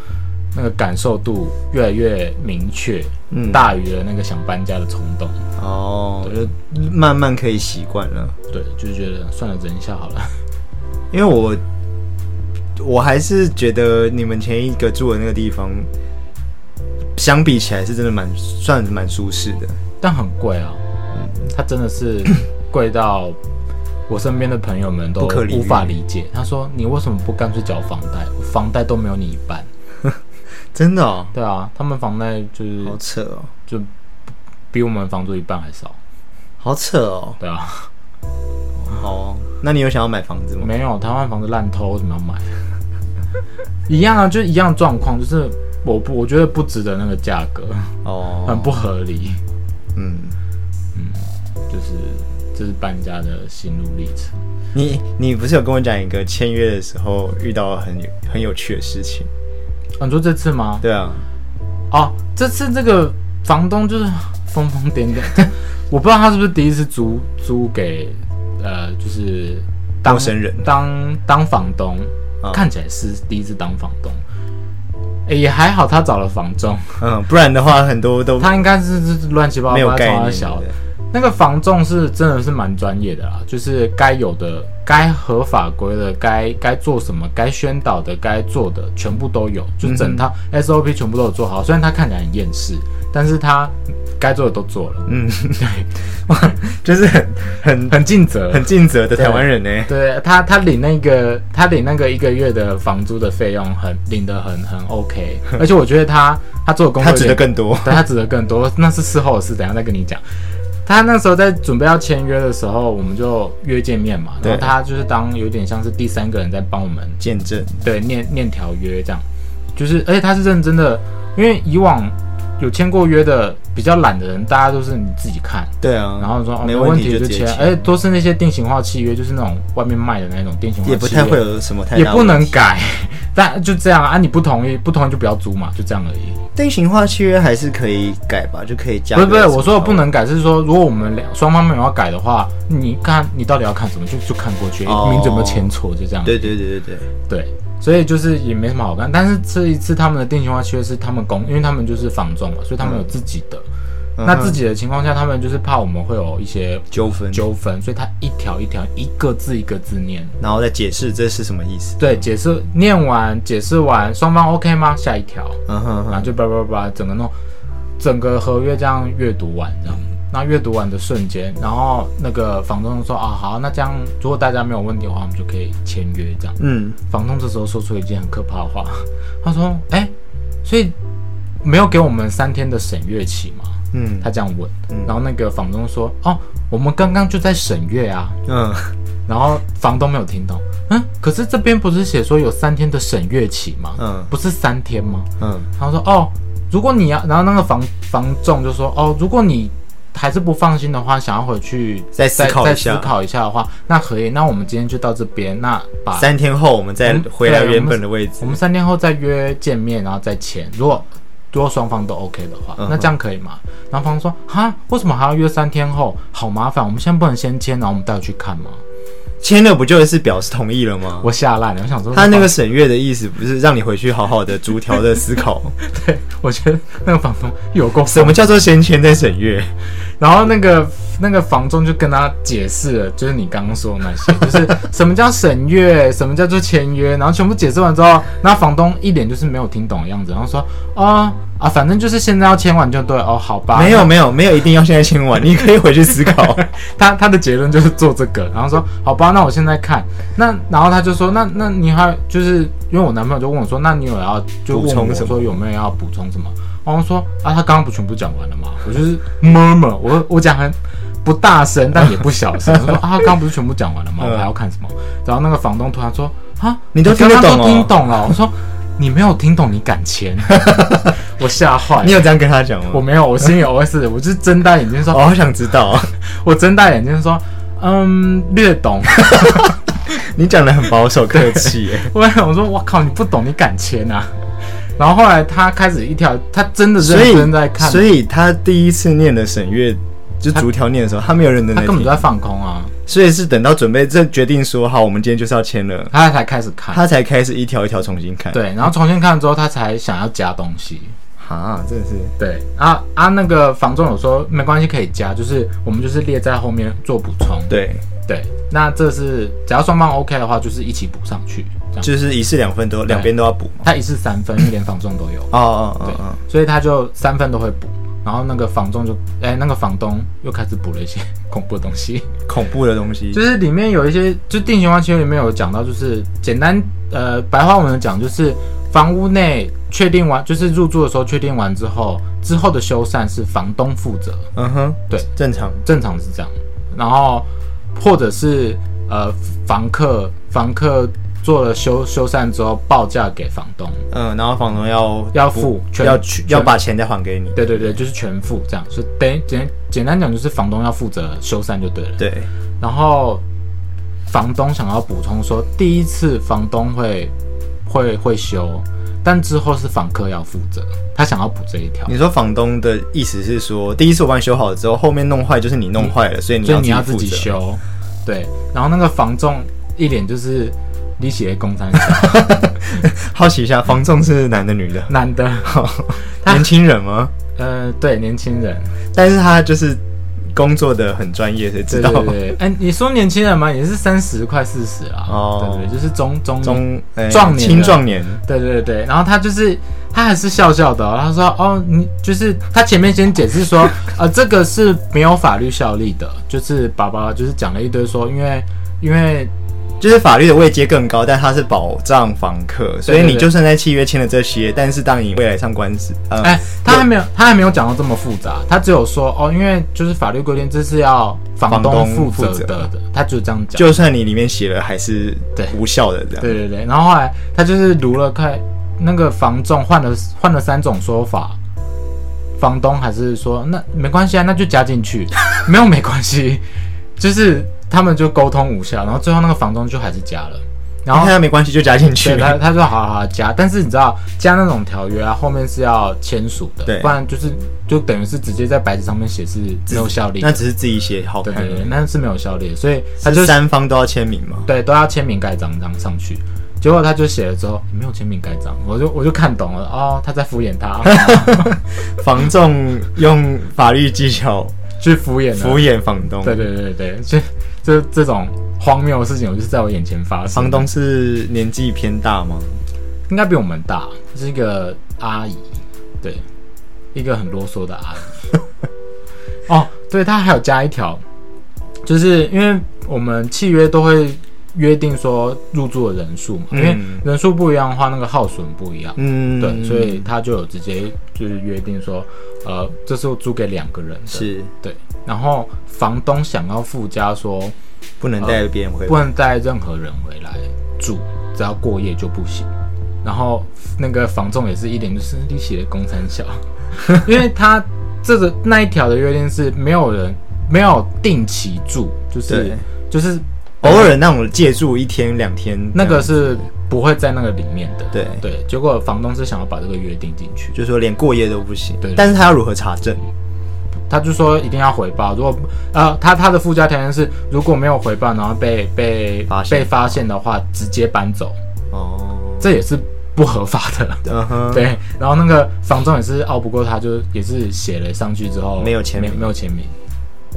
Speaker 2: 那个感受度越来越明确，
Speaker 1: 嗯
Speaker 2: 大于了那个想搬家的冲动。
Speaker 1: 哦，就慢慢可以习惯了。
Speaker 2: 对，就是觉得算了，忍一下好了。
Speaker 1: 因为我我还是觉得你们前一个住的那个地方，相比起来是真的蛮算蛮舒适的。
Speaker 2: 但很贵啊，它真的是 贵到我身边的朋友们都
Speaker 1: 不可理喻
Speaker 2: 无法理解。他说：“你为什么不干脆缴房贷？我房贷都没有你一半。
Speaker 1: 真的哦”，
Speaker 2: 对啊，他们房贷就是
Speaker 1: 好扯哦，
Speaker 2: 就比我们房租一半还少。
Speaker 1: 好扯哦，
Speaker 2: 对啊，
Speaker 1: 好哦。那你有想要买房子吗？
Speaker 2: 没有台湾房子烂透，为什么要买？一样啊，就一样状况，就是我不我觉得不值得那个价格，
Speaker 1: 哦，
Speaker 2: 嗯很不，合理。
Speaker 1: 嗯，
Speaker 2: 就是这是搬家的心路历程。
Speaker 1: 你你不是有跟我讲一个签约的时候遇到很很有趣的事情？
Speaker 2: 啊，你说这次吗？
Speaker 1: 对啊，
Speaker 2: 哦，这次这个房东就是疯疯癫癫， 我不知道他是不是第一次租租给呃，就是当
Speaker 1: 陌生人
Speaker 2: 当当房东，
Speaker 1: 啊
Speaker 2: 看起来是第一次当房东。诶也还好，他找了房仲，
Speaker 1: 嗯，不然的话很多都
Speaker 2: 他应该是是是乱七八糟，
Speaker 1: 没有概
Speaker 2: 从
Speaker 1: 念
Speaker 2: 小
Speaker 1: 的
Speaker 2: 小的。那个房仲是真的是蛮专业的啦，就是该有的、该合法规的、该该做什么、该宣导的、该做的，全部都有，就整
Speaker 1: 嗯
Speaker 2: 套 SOP 全部都有做好。虽然他看起来很厌世，但是他该做的都做了，
Speaker 1: 嗯，对，就是很很
Speaker 2: 很尽责。
Speaker 1: 很尽责的台湾人呢、
Speaker 2: 对他，他领那个他领那个一个月的房租的费用很领得很很 OK，而且我觉得他他做的工
Speaker 1: 他
Speaker 2: 作有
Speaker 1: 值
Speaker 2: 点
Speaker 1: 得更多。
Speaker 2: 对他指的更多，那是事后的事，等一下再跟你讲。他那时候在准备要签约的时候，我们就约见面嘛，然
Speaker 1: 对
Speaker 2: 后他就是当有点像是第三个人在帮我们
Speaker 1: 见证，
Speaker 2: 对念念条约这样，就是而且他是认真的，因为以往有签过约的比较懒的人，大家都是你自己看，
Speaker 1: 对啊，
Speaker 2: 然后说、哦、
Speaker 1: 没
Speaker 2: 问
Speaker 1: 问题哎
Speaker 2: 就
Speaker 1: 直接
Speaker 2: 而且都是那些定型化契约，就是那种外面卖的那种定型化契约，
Speaker 1: 也不太会有什么太
Speaker 2: 也
Speaker 1: 大
Speaker 2: 不
Speaker 1: 问
Speaker 2: 能
Speaker 1: 题
Speaker 2: 改， 但就这样啊，你不同意不同意就不要租嘛，就这样而已。
Speaker 1: 定型化契约还是可以改吧，就可以加
Speaker 2: 不
Speaker 1: 个
Speaker 2: 是
Speaker 1: 什么。
Speaker 2: 不是，我说的不能改是说，如果我们两双方没有要改的话，你看你到底要看什么，就就看过去，
Speaker 1: 哦
Speaker 2: 名字有没有签错，就这样。
Speaker 1: 对。对对对对，
Speaker 2: 对，所以就是也没什么好看。但是这一次他们的定型化契约是他们公，因为他们就是房仲嘛，所以他们有自己的。
Speaker 1: 嗯
Speaker 2: 那
Speaker 1: 哼
Speaker 2: 自己的情况下，他们就是怕我们会有一些
Speaker 1: 纠纷，
Speaker 2: 纠纷，所以他一条一条、一个字一个字念。
Speaker 1: 然后再解释这是什么意思。
Speaker 2: 对，解释念完，解释完，双方 OK 吗？下一条，
Speaker 1: 嗯哼
Speaker 2: 然后
Speaker 1: 哼，嗯
Speaker 2: 就叭叭叭，整个弄，整个合约这样阅读完这样。那阅读完的瞬间，然后那个房东说啊，好，那这样如果大家没有问题的话，我们就可以签约这样。
Speaker 1: 嗯，
Speaker 2: 房东这时候说出一件很可怕的话， 他说：“哎、所以没有给我们三天的审阅期嘛？”
Speaker 1: 嗯
Speaker 2: 他这样问，
Speaker 1: 嗯
Speaker 2: 然后那个房东说：“哦，我们刚刚就在审阅啊。
Speaker 1: 嗯，”
Speaker 2: 然后房东没有听懂，嗯，可是这边不是写说有三天的审阅期吗？
Speaker 1: 嗯
Speaker 2: 不是三天吗？
Speaker 1: 嗯，
Speaker 2: 他说：“哦，如果你要，然后那个房房仲就说：‘哦，如果你还是不放心的话，想要回去
Speaker 1: 再思考
Speaker 2: 再
Speaker 1: 一下
Speaker 2: 思考一下的话，那可以，那我们今天就到这边，那把
Speaker 1: 三天后我们再
Speaker 2: 嗯
Speaker 1: 回来
Speaker 2: 对
Speaker 1: 原本的位置
Speaker 2: 我。们三天后再约见面，然后再签。如果如果双方都 OK 的话，
Speaker 1: 嗯哼
Speaker 2: 那这样可以吗？然后方说哈，为什么还要约三天后？好麻烦，我们现在不能先签，然后我们带回去看吗？
Speaker 1: 签了不就是表示同意了吗？
Speaker 2: 我吓烂了，我想说
Speaker 1: 他那个审阅的意思不是让你回去好好的逐条的思 考，
Speaker 2: 对，我觉得那个房东有够
Speaker 1: 什么叫做先签再审阅？
Speaker 2: 然后那个那个房仲就跟他解释了，就是你刚刚说的那 些，就是什么叫审阅，什么叫做签约，然后全部解释完之后，那房东一脸就是没有听懂的样子，然后说啊、啊，反正就是现在要签完就对哦，好吧，
Speaker 1: 没有没有没有，一定要现在签 完，你可以回去思考。
Speaker 2: 他他的结论就是做这个，然后说好吧，那我现在看，那然后他就说那那你还就是因为我男朋友就问我说，那你有要就
Speaker 1: 补
Speaker 2: 问
Speaker 1: 充
Speaker 2: 我
Speaker 1: 什么
Speaker 2: 说有没有要补充什么？然后说啊，他刚刚不全部讲完了吗？我就是 murmur，我我讲很不大声，但也不小 声，我说啊，他刚刚不是全部讲完了吗？
Speaker 1: 嗯
Speaker 2: 我还要看什么？然后那个房东突然说啊，
Speaker 1: 你都
Speaker 2: 刚
Speaker 1: 听得
Speaker 2: 刚
Speaker 1: 懂
Speaker 2: 都
Speaker 1: 哦
Speaker 2: 听懂了，我说你没有听懂，你敢签？ 我吓坏
Speaker 1: 你
Speaker 2: 了。
Speaker 1: 有这样跟他讲
Speaker 2: 我
Speaker 1: 吗？
Speaker 2: 没有，我心里 OS，我就是睁大眼睛说
Speaker 1: 我，好想知道，
Speaker 2: 我睁大眼睛说，嗯，略懂。
Speaker 1: 你讲的很保守客气耶。
Speaker 2: 我想说，我靠，你不懂，你敢签啊？然后后来他开始一条，他真的
Speaker 1: 所以
Speaker 2: 认真在看，
Speaker 1: 所以他第一次念的审阅，就逐条念的时候，他没有认真
Speaker 2: 他
Speaker 1: 的
Speaker 2: 根本就
Speaker 1: 听，
Speaker 2: 在放空啊，
Speaker 1: 所以是等到准备这决定说好，我们今天就是要签 了，
Speaker 2: 他才开始看。
Speaker 1: 他才开始一条一条重新看。，
Speaker 2: 对，然后重新看之后，他才想要加东西。
Speaker 1: 哈，真的是，
Speaker 2: 对啊啊，那个房仲有说没关系，可以加，就是我们就是列在后面做补充。
Speaker 1: 对，
Speaker 2: 对，那这是只要双方 OK 的话，就是一起补上去。这样，
Speaker 1: 就是一式两份都两边都要补嘛。
Speaker 2: 他一次三分，因为连房仲都有。
Speaker 1: 哦哦哦
Speaker 2: 对
Speaker 1: 哦，
Speaker 2: 所以他就三分都会补。然后那个房仲就，哎、那个房东又开始补了一些 恐怖的东西，
Speaker 1: 恐怖的东西
Speaker 2: 就。是里面有一些，就定型化契约里面有讲到，就是简单呃白话文的讲，就是房屋内确定完，就是入住的时候确定完之后，之后的修缮是房东负责，
Speaker 1: 嗯哼，
Speaker 2: 对，
Speaker 1: 正常。
Speaker 2: 正常是这样。然后或者是呃房客房客做了修修缮之后报价给房东，
Speaker 1: 嗯，然后房东要
Speaker 2: 要付全
Speaker 1: 要去要
Speaker 2: 全
Speaker 1: 把钱再还给你。
Speaker 2: 对对对，就是全付这样，所以等于简简单讲就是房东要负责修缮就对了。，
Speaker 1: 对，
Speaker 2: 然后房东想要补充说，第一次房东会会会修，但之后是房客要负责，他想要补这一条，
Speaker 1: 你说房东的意思是说，第一次我帮你修好了之后，后面弄坏就是你弄坏了，所以你
Speaker 2: 所以
Speaker 1: 要
Speaker 2: 你要自
Speaker 1: 自
Speaker 2: 己
Speaker 1: 己负责。
Speaker 2: 修。对，然后那个房仲一脸就是你写的公山小
Speaker 1: 好奇一下，房仲是男的女的？
Speaker 2: 男的， 他
Speaker 1: 年轻人吗？
Speaker 2: 呃，对，年轻人，
Speaker 1: 但是他就是工作的很专业，谁知
Speaker 2: 对
Speaker 1: 道
Speaker 2: 对对，哎、你说年轻人嘛，也是三十快四十啊，
Speaker 1: 哦
Speaker 2: 对对对，就是中 中
Speaker 1: 中呃
Speaker 2: 壮年人
Speaker 1: 青壮年？
Speaker 2: 对对对，然后他就是他还是笑笑的哦、他说哦，你就是他前面先解释说，呃，这个是没有法律效力的，就是爸爸就是讲了一堆说，因为因为
Speaker 1: 就是法律的位阶更高，但他是保障房客，所以
Speaker 2: 对对
Speaker 1: 你就算在契约签了这些，但是当你未来上官司，呃，
Speaker 2: 哎，他还没有他还没有讲到这么复杂，他只有说哦，因为就是法律规定这是要房东负
Speaker 1: 房东
Speaker 2: 责
Speaker 1: 负
Speaker 2: 的
Speaker 1: 责
Speaker 2: 的，他就这样讲。
Speaker 1: 就算你里面写了，还是
Speaker 2: 对
Speaker 1: 无效的这样。
Speaker 2: 对对对，然后后来他就是读了看那个房仲换了换了三种说法，房东还是说那没关系啊，那就加 进去，没有没关系，就是他们就沟通无效，然后最后那个房东就还是加了，然
Speaker 1: 你
Speaker 2: 后
Speaker 1: 哎看。他没关系就加进去
Speaker 2: 对。他，他说好好好加，但是你知道加那种条约啊，后面是要签署的，
Speaker 1: 对
Speaker 2: 不然就是就等于是直接在白纸上面写是没有效力的
Speaker 1: 那，只是自己写好
Speaker 2: 对
Speaker 1: 看
Speaker 2: 对对，那是没有效力的，所以他
Speaker 1: 是
Speaker 2: 就
Speaker 1: 三方都要签名嘛？
Speaker 2: 对，都要签名盖章这样上去。结果他就写了之后没有签名盖章，我就我就看懂了哦，他在敷衍 他，
Speaker 1: 房仲用法律技巧
Speaker 2: 去敷衍
Speaker 1: 敷
Speaker 2: 衍。
Speaker 1: 衍房东，
Speaker 2: 对对对对，这这这种荒谬的事情，我就是在我眼前发生。
Speaker 1: 房东是年纪偏大吗？
Speaker 2: 应该比我们大，是一个 阿姨，对，一个很啰嗦的阿姨。哦，对他还有加一条，就是因为我们契约都会约定说入住的人数嘛，因为
Speaker 1: 嗯
Speaker 2: 人数不一样的话，那个耗损不一样。
Speaker 1: 嗯，
Speaker 2: 对，所以他就有直接就是约定说，呃，这是租给两个人的，
Speaker 1: 是
Speaker 2: 然后房东想要附加说，
Speaker 1: 不能带别人回
Speaker 2: 不
Speaker 1: 来。
Speaker 2: 能带任何人回来住，只要过夜就不行。然后那个房仲也是一脸就是你写的公三 小，因为他这个那一条的约定是没有人没有定期住，就是
Speaker 1: 对，
Speaker 2: 就是
Speaker 1: 偶尔那种借住一天两天，
Speaker 2: 那个是不会在那个里面的。
Speaker 1: 对，
Speaker 2: 对，结果房东是想要把这个约定进去，
Speaker 1: 就说连过夜都不行。
Speaker 2: 对
Speaker 1: 但是他要如何查证？
Speaker 2: 他就说一定要回报，如果呃他他的附加条件是如果没有回报，然后被被
Speaker 1: 发现
Speaker 2: 被发现的话，直接搬走，
Speaker 1: 哦，
Speaker 2: 这也是不合法的。
Speaker 1: 嗯哼，
Speaker 2: 对，然后那个房仲也是拗不过他，就也是写了上去之后
Speaker 1: 没有签名
Speaker 2: 没没有签名，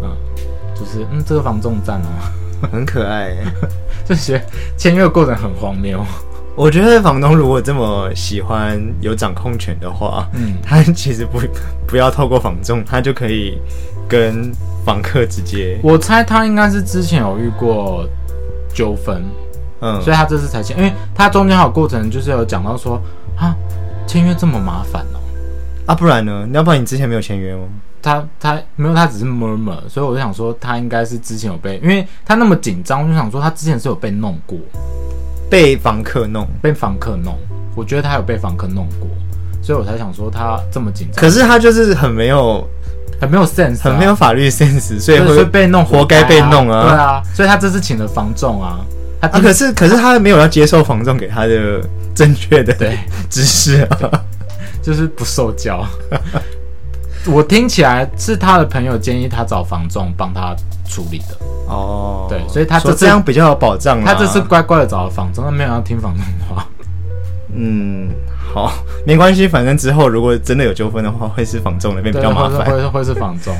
Speaker 2: 嗯，就是嗯这个房仲赞哦，
Speaker 1: 很可爱欸。
Speaker 2: 就觉得签约过程很荒谬，
Speaker 1: 我觉得房东如果这么喜欢有掌控权的话，
Speaker 2: 嗯，
Speaker 1: 他其实不不要透过房仲，他就可以跟房客直接，
Speaker 2: 我猜他应该是之前有遇过纠纷，
Speaker 1: 嗯，
Speaker 2: 所以他这次才签，因为他中间还有过程就是有讲到说啊签约这么麻烦哦，
Speaker 1: 啊，不然呢？要不然你之前没有签约吗？
Speaker 2: 他他没有，他只是 murmur，所以我就想说他应该是之前有被，因为他那么紧张，我就想说他之前是有被弄过，
Speaker 1: 被房客弄，
Speaker 2: 被房客弄，我觉得他有被房客弄过，所以我才想说他这么紧张，
Speaker 1: 可是他就是很没有
Speaker 2: 很没有 sense，、啊、
Speaker 1: 很没有法律 sense，所以
Speaker 2: 对，所以
Speaker 1: 会
Speaker 2: 被弄
Speaker 1: 活该被弄啊
Speaker 2: 对啊，所以他这次请了房仲啊，他
Speaker 1: 啊，
Speaker 2: 第一、
Speaker 1: 可是可是他没有要接受房仲给他的正确的
Speaker 2: 对
Speaker 1: 知识啊，
Speaker 2: 就是不受教， 我听起来是他的朋友建议他找房仲帮他处理的，
Speaker 1: 哦，
Speaker 2: 对所以他
Speaker 1: 说
Speaker 2: 这次
Speaker 1: 这样比较有保障啊。
Speaker 2: 他这次乖乖的找了房仲，他没有要听房仲的话，
Speaker 1: 嗯，好，没关系，反正之后如果真的有纠纷的话，会是房仲那边比
Speaker 2: 对，
Speaker 1: 较麻
Speaker 2: 会是
Speaker 1: 烦。
Speaker 2: 会是会是房 仲。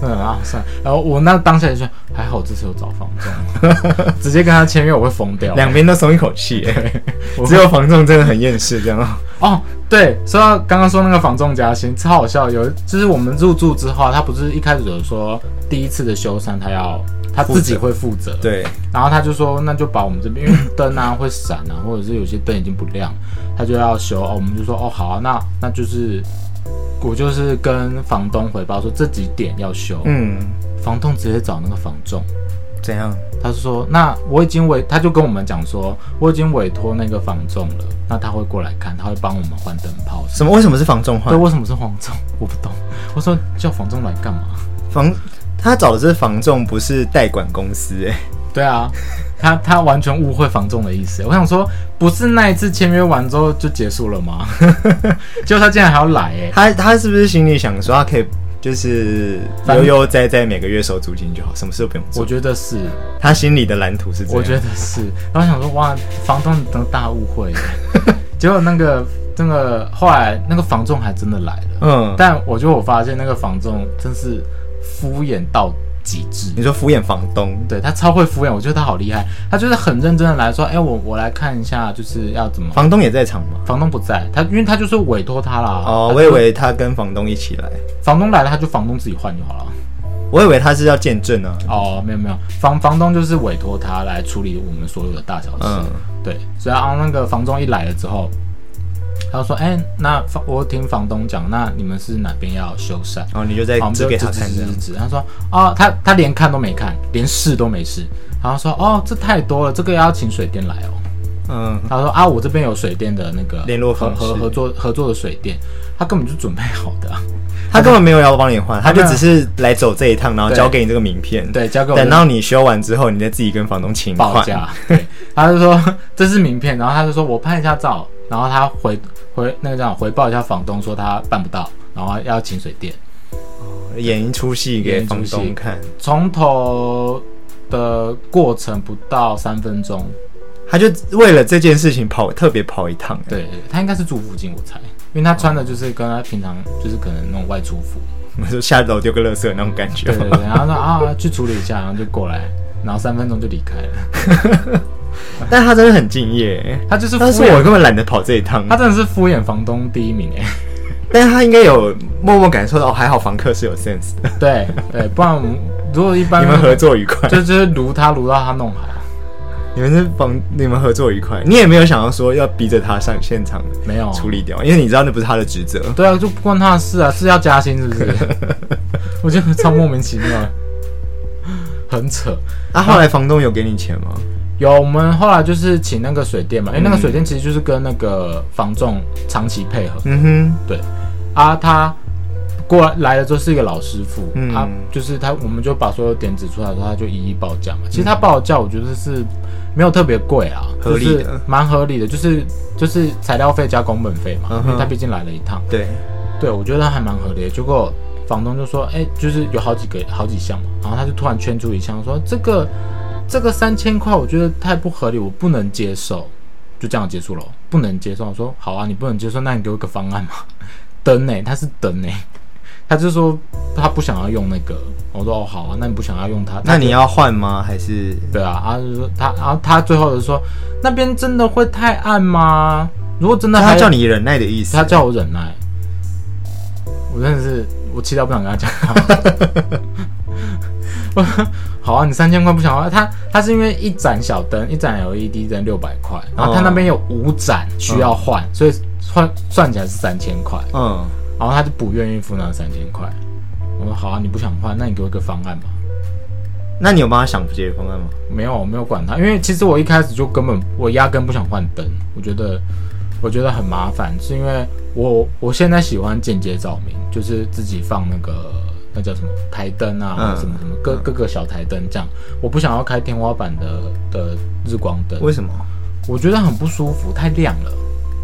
Speaker 2: 对啊，算了，然后我那当下就说，还好我这次有找房仲，直接跟他签约，我会疯掉。
Speaker 1: 两边都松一口气，欸
Speaker 2: 我
Speaker 1: 只有房仲真的很厌世这样。
Speaker 2: 哦，对，说到刚刚说那个房仲加薪，超好笑。有就是我们入住之后，啊他不是一开始有说第一次的修缮他要他自己会负责，，
Speaker 1: 对，
Speaker 2: 然后他就说那就把我们这边因为灯啊会闪啊，或者是有些灯已经不亮，他就要修。哦，我们就说哦好啊，那那就是我就是跟房东回报说这几点要修，
Speaker 1: 嗯，
Speaker 2: 房东直接找那个房仲。
Speaker 1: 怎样？
Speaker 2: 他就说：“那我已经委，他就跟我们讲说，我已经委托那个房仲了，那他会过来看，他会帮我们换灯泡
Speaker 1: 什么？为什么是房仲换
Speaker 2: 对，？为什么是黄忠？我不懂。我说叫黄忠来干嘛？
Speaker 1: 房他找的是房仲，不是代管公司， 哎，
Speaker 2: 对啊，他他完全误会房仲的意思。我想说，不是那一次签约完之后就结束了吗？ 结果他竟然还要来、欸，
Speaker 1: 他他是不是心里想说他可以就是
Speaker 2: 反
Speaker 1: 悠悠哉哉每个月收租金就好，什么事都不用
Speaker 2: 我
Speaker 1: 做？
Speaker 2: 觉得是，
Speaker 1: 他心里的蓝图是这样。
Speaker 2: 我觉得是。然后想说，哇，房东真的大误会、欸 结果那个那个后来那个房仲还真的来了，
Speaker 1: 嗯，
Speaker 2: 但我觉得我发现那个房仲真是敷衍到极致。
Speaker 1: 你说敷衍房东，
Speaker 2: 对他超会敷衍，我觉得他好厉害。他就是很认真的来说，哎、我我来看一下，就是要怎么
Speaker 1: 房东也在场吗？
Speaker 2: 房东不在，他因为他就是委托他啦。
Speaker 1: 哦，
Speaker 2: 他
Speaker 1: 我以为他跟房东一起来，
Speaker 2: 房东来了，他就房东自己换就好了。
Speaker 1: 我以为他是要见证啊。
Speaker 2: 哦，没有没有，房房东就是委托他来处理我们所有的大小事。
Speaker 1: 嗯
Speaker 2: 对，所以啊，那个房东一来了之后，他就说：“哎、那房我听房东讲，那你们是哪边要修缮？”
Speaker 1: 然后你就再
Speaker 2: 好我们
Speaker 1: 哎指
Speaker 2: 就
Speaker 1: 给他看
Speaker 2: 指
Speaker 1: 这样
Speaker 2: 指。指，他说哦，他他连看都没看，连试都没试，然后说哦，这太多了，这个要请水电来哦。
Speaker 1: 嗯，
Speaker 2: 他说啊，我这边有水电的那个
Speaker 1: 联络
Speaker 2: 合
Speaker 1: 方
Speaker 2: 合
Speaker 1: 式
Speaker 2: 合作合作的水电，他根本就准备好的
Speaker 1: 他
Speaker 2: 啊、
Speaker 1: 根本没有要帮你换，他就
Speaker 2: 没有
Speaker 1: 只是来走这一趟，然后
Speaker 2: 对
Speaker 1: 交给你这个名片。
Speaker 2: 对，交给我
Speaker 1: 等
Speaker 2: 们
Speaker 1: 到你修完之后，你再自己跟房东请
Speaker 2: 报
Speaker 1: 款。
Speaker 2: 价。对，他就说这是名片，然后他就说我拍一下照，然后他回回那个叫什么回报一下房东说他办不到，然后要请水电，
Speaker 1: 演一出戏给房
Speaker 2: 演一出戏
Speaker 1: 东看，
Speaker 2: 从头的过程不到三分钟，
Speaker 1: 他就为了这件事情跑特别跑一趟。欸，
Speaker 2: 对他应该是住附近，我猜，因为他穿的就是跟他平常就是可能那种外出服。
Speaker 1: 我说下楼丢个垃圾那种感觉
Speaker 2: 对。对对，然后说啊去处理一下，然后就过来，然后三分钟就离开了。
Speaker 1: 但他真的很敬业，欸
Speaker 2: 他就是敷
Speaker 1: 但是我
Speaker 2: 衍，
Speaker 1: 根本懒得跑这一趟。欸
Speaker 2: 他真的是敷衍房东第一名哎、
Speaker 1: 但是他应该有默默感受到，哦还好房客是有 sense 的，
Speaker 2: 对对，不然我们如果一般
Speaker 1: 你们合作愉快，
Speaker 2: 就就是撸他撸到他弄好，啊
Speaker 1: 你们是房，你们合作愉快，你也没有想要说要逼着他上现场
Speaker 2: 没有
Speaker 1: 处理掉，因为你知道那不是他的职责。
Speaker 2: 对啊，就不关他的事啊，是要加薪是 不是？我觉得超莫名其妙的，很扯。
Speaker 1: 那、啊后来房东有给你钱吗？
Speaker 2: 有，我们后来就是请那个水电嘛，因为那个
Speaker 1: 嗯
Speaker 2: 水电其实就是跟那个房仲长期配合、
Speaker 1: 嗯哼，
Speaker 2: 啊。他过来来了之后是一个老师傅，
Speaker 1: 嗯
Speaker 2: 他就是他，我们就把所有点指出来之后，他就一一报价嘛。其实他报的价我觉得是没有特别贵啊，
Speaker 1: 嗯合理的
Speaker 2: 就是蛮合理的，就是就是材料费加工本费嘛，
Speaker 1: 嗯哼
Speaker 2: 因为他毕竟来了一趟。
Speaker 1: 对，
Speaker 2: 对，我觉得还蛮合理的。结果房东就说：“哎、就是有好几个好几项嘛。”然后他就突然圈出一项说：“这个这个三千块，我觉得太不合理，我不能接受。”就这样结束了，哦不能接受。我说：“好啊，你不能接受，那你给我一个方案嘛。”灯呢、他是灯呢、他就说他不想要用那个。我说：“哦，好啊，那你不想要用它，
Speaker 1: 那
Speaker 2: 就
Speaker 1: 你要换吗？还是
Speaker 2: 对啊，他就说他，然后他最后就说那边真的会太暗吗？如果真的
Speaker 1: 那
Speaker 2: 还
Speaker 1: 他叫你忍耐的意思？
Speaker 2: 他叫我忍耐，我真的是我气到不想跟他讲 话。我说好啊，你三千块不想花，他他是因为一盏小灯，一盏 LED 灯六百块，然后他那边有五盏需要换，所以算算起来是三千块，
Speaker 1: 嗯，
Speaker 2: 然后他就不愿意付那三千块。我说好啊，你不想换，那你给我一个方案吧。
Speaker 1: 那你有帮他想解决方案吗？
Speaker 2: 没有，我没有管他，因为其实我一开始就根本我压根不想换灯，我觉得我觉得很麻烦，是因为我我现在喜欢间接照明，就是自己放那个那叫什么台灯啊，
Speaker 1: 嗯
Speaker 2: 什么什么各各个小台灯这样，我不想要开天花板的的日光灯，
Speaker 1: 为什么？
Speaker 2: 我觉得很不舒服，太亮了。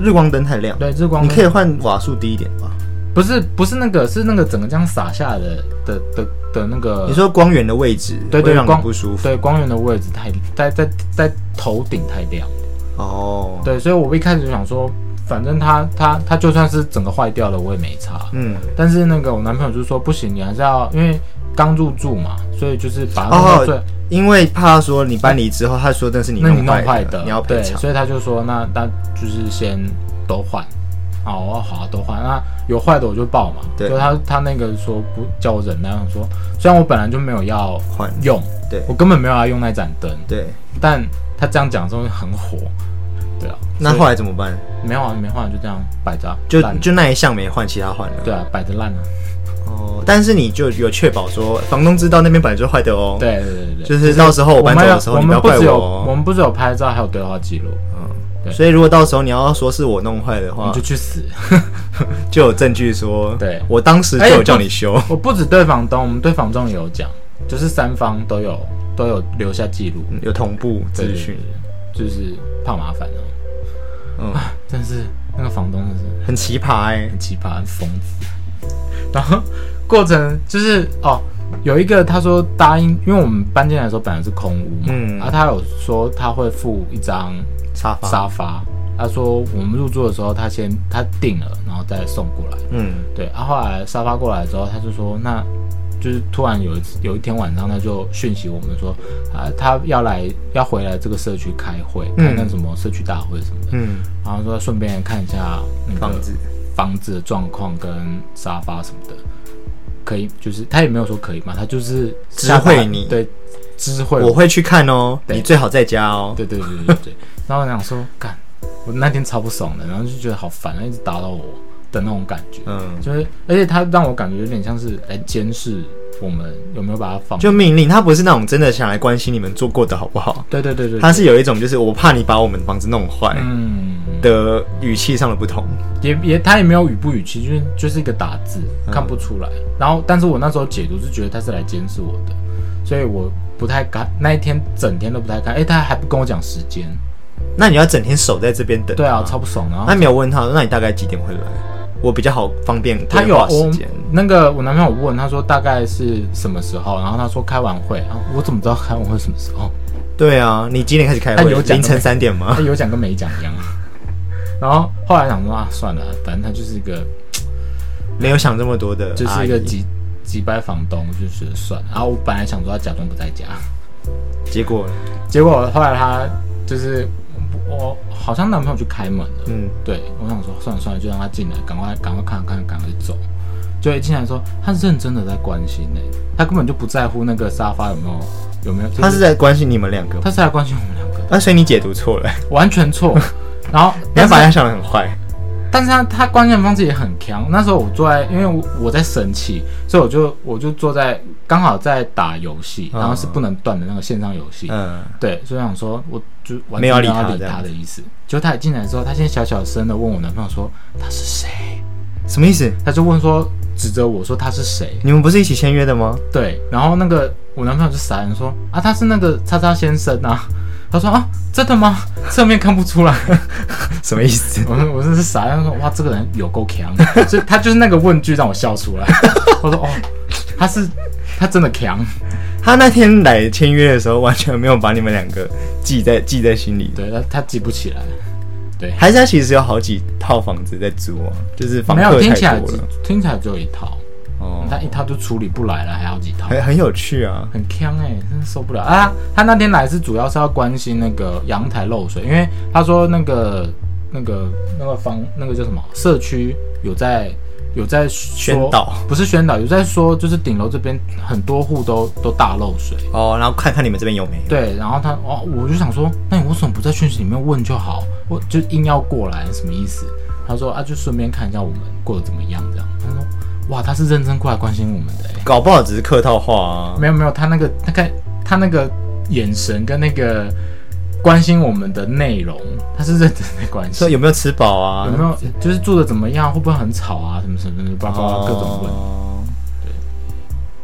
Speaker 1: 日光灯太亮，
Speaker 2: 对，日光
Speaker 1: 你
Speaker 2: 灯
Speaker 1: 可以换瓦数低一点吧。
Speaker 2: 不是不是那个是那个整个这样洒下来的的的的那个，
Speaker 1: 你说光源的位置
Speaker 2: 呃对
Speaker 1: 会
Speaker 2: 对
Speaker 1: 让你
Speaker 2: 光
Speaker 1: 不舒服
Speaker 2: 对光源的位置太在在在头顶太亮。
Speaker 1: 哦，
Speaker 2: 对，所以我一开始就想说，反正他他他就算是整个坏掉了，我也没差。
Speaker 1: 嗯，
Speaker 2: 但是那个我男朋友就说不行，你还是要，因为刚入住嘛，所以就是把它弄到
Speaker 1: 哦
Speaker 2: 最，
Speaker 1: 因为怕说你搬离之后，他说那是你
Speaker 2: 那你
Speaker 1: 弄
Speaker 2: 弄
Speaker 1: 坏
Speaker 2: 坏的，
Speaker 1: 你要赔
Speaker 2: 对，
Speaker 1: 偿。
Speaker 2: 所以他就说那那就是先都换。好，我说好、啊、都换。那有坏的我就报嘛。
Speaker 1: 对
Speaker 2: 就他他那个说不叫我忍耐，我说虽然我本来就没有要
Speaker 1: 换
Speaker 2: 用，
Speaker 1: 对
Speaker 2: 我根本没有要用那盏灯，
Speaker 1: 对，
Speaker 2: 但他这样讲之后很火，对啊。
Speaker 1: 那
Speaker 2: 所以
Speaker 1: 后来怎么办？
Speaker 2: 没换没换就这样摆着啊，
Speaker 1: 就
Speaker 2: 烂
Speaker 1: 就那一项没换，其他换了。
Speaker 2: 对啊，摆着烂啊。
Speaker 1: 哦，但是你就有确保说房东知道那边本来就坏的哦。，
Speaker 2: 对对对对，
Speaker 1: 就是到时候我搬走
Speaker 2: 们
Speaker 1: 的
Speaker 2: 有
Speaker 1: 时候，
Speaker 2: 我
Speaker 1: 你不
Speaker 2: 们
Speaker 1: 要
Speaker 2: 不
Speaker 1: 怪
Speaker 2: 只有我
Speaker 1: 哦。
Speaker 2: 们不只有拍照，还有对话记录，对
Speaker 1: 所以如果到时候你要说是我弄坏的话
Speaker 2: 你就，去死！
Speaker 1: 啊就有证据说，
Speaker 2: 对哎
Speaker 1: 我当时就有叫你修。
Speaker 2: 我不止对房东，我们对房仲也有讲，就是三方都有都有留下记录
Speaker 1: 嗯有同步资讯，，
Speaker 2: 对对对就是怕麻烦啊。
Speaker 1: 嗯，
Speaker 2: 但是那个房东真的是
Speaker 1: 很奇葩哎。
Speaker 2: 很奇葩，很疯 子。然后过程就是哦，有一个他说答应，因为我们搬进来的时候本来是空屋嘛，
Speaker 1: 嗯
Speaker 2: 啊，他有说他会付一张
Speaker 1: 沙发，
Speaker 2: 沙发。他说我们入住的时候，他先他订了，然后再送过来。
Speaker 1: 嗯，
Speaker 2: 对，啊，后来沙发过来之后，他就说，那就是突然有一次有一天晚上，他就讯息我们说，啊，他要来要回来这个社区开会，
Speaker 1: 嗯
Speaker 2: 看看什么社区大会什么的，
Speaker 1: 嗯，
Speaker 2: 然后说顺便看一下那个
Speaker 1: 房子
Speaker 2: 房子的状况跟沙发什么的，可以，就是他也没有说可以嘛，他就是
Speaker 1: 知
Speaker 2: 下达
Speaker 1: 会你
Speaker 2: 对，知会
Speaker 1: 我会去看哦，
Speaker 2: 对
Speaker 1: 你最好在家哦。
Speaker 2: 对对对对对对。然后我想说，干，我那天超不爽的，然后就觉得好烦，一直打扰我的那种感觉，
Speaker 1: 嗯，
Speaker 2: 就是而且他让我感觉有点像是来监视我们有没有把它放。
Speaker 1: 就命令他不是那种真的想来关心你们做过的好不好，
Speaker 2: 对对对对，
Speaker 1: 他是有一种就是我怕你把我们房子弄坏
Speaker 2: 嗯，
Speaker 1: 的语气上的不同。
Speaker 2: 也也他也没有语不语气，就是就是一个打字
Speaker 1: 嗯
Speaker 2: 看不出来。然后，但是我那时候解读是觉得他是来监视我的，所以我不太敢那一天整天都不太敢。哎、他还不跟我讲时间，
Speaker 1: 那你要整天守在这边等。
Speaker 2: 对啊，超不爽。然后
Speaker 1: 那没有问他，那你大概几点会来？我比较好方便
Speaker 2: 他
Speaker 1: 规
Speaker 2: 有啊
Speaker 1: 划
Speaker 2: 我
Speaker 1: 时间。
Speaker 2: 那个我男朋友问，他说大概是什么时候，然后他说开完会，啊，我怎么知道开完会什么时候？
Speaker 1: 对啊，你几点开始开
Speaker 2: 他
Speaker 1: 会？
Speaker 2: 有讲
Speaker 1: 凌晨
Speaker 2: 吗
Speaker 1: 三点吗
Speaker 2: 他？有讲跟没讲一样。啊然后后来想说啊，算了，反正他就是一个
Speaker 1: 没有想这么多的阿姨，
Speaker 2: 就是一个几几百房东，我就觉得算了。然后我本来想说他假装不在家，
Speaker 1: 结果
Speaker 2: 结果后来他就是我好像男朋友去开门了，
Speaker 1: 嗯，
Speaker 2: 对我想说算了算了，就让他进来，赶快赶快看看赶快走。就一进来说，他认真的在关心呢、他根本就不在乎那个沙发有没有有没有，就
Speaker 1: 他是在关心你们两个吗，
Speaker 2: 他是在关心我们两个，
Speaker 1: 啊，所以你解读错了，
Speaker 2: 完 全错。然后，
Speaker 1: 你要
Speaker 2: 但是
Speaker 1: 把他想的很坏，
Speaker 2: 但是他他关键方式也很强。那时候我坐在，因为我我在生气，所以我就我就坐在刚好在打游戏，
Speaker 1: 嗯
Speaker 2: 然后是不能断的那个线上游戏。
Speaker 1: 嗯，
Speaker 2: 对，所以我想说，我就完全
Speaker 1: 没有
Speaker 2: 要
Speaker 1: 理他
Speaker 2: 理
Speaker 1: 这样
Speaker 2: 他
Speaker 1: 子
Speaker 2: 的意思。结果他一进来之后，他先小小声的问我男朋友说他是谁，
Speaker 1: 什么意思？
Speaker 2: 他就问说指着我说他是谁。
Speaker 1: 你们不是一起签约的吗？
Speaker 2: 对，然后那个我男朋友就傻眼说啊，他是那个叉叉先生啊。他说啊，真的吗？侧面看不出来。
Speaker 1: 什么意思？
Speaker 2: 我我真是傻眼，说哇，这个人有够强的，所以他就是那个问句让我笑出来。我说哦，他是他真的强，
Speaker 1: 他那天来签约的时候，完全没有把你们两个记在记在心里，
Speaker 2: 对他他记不起来，
Speaker 1: 还是他其实有好几套房子在租啊，就是房
Speaker 2: 没有
Speaker 1: 客
Speaker 2: 听起来
Speaker 1: 太多
Speaker 2: 只
Speaker 1: 了，
Speaker 2: 听起来只有一套，
Speaker 1: 哦，
Speaker 2: 他一套就处理不来了，还好几套，
Speaker 1: 很很有趣啊，
Speaker 2: 很强哎、真是受不了啊！他那天来是主要是要关心那个阳台漏水，因为他说那个那个那个房那个叫什么社区有在有在说
Speaker 1: 宣导，
Speaker 2: 不是宣导，有在说就是顶楼这边很多户都都大漏水。
Speaker 1: 哦，然后看看你们这边有没有，
Speaker 2: 对，然后他哦，我就想说，那你为什么不在讯息里面问就好？我就硬要过来，什么意思？他说啊，就顺便看一下我们过得怎么样这样。他说哇，他是认真过来关心我们的、欸，
Speaker 1: 搞不好只是客套话啊，
Speaker 2: 没有没有，他那个他看他那个眼神跟那个关心我们的内容，他是认真的关
Speaker 1: 说
Speaker 2: 心。
Speaker 1: 有没有吃饱啊，
Speaker 2: 有没有就是住的怎么样，会不会很吵啊，什么什么什么，包括各种问。
Speaker 1: 哦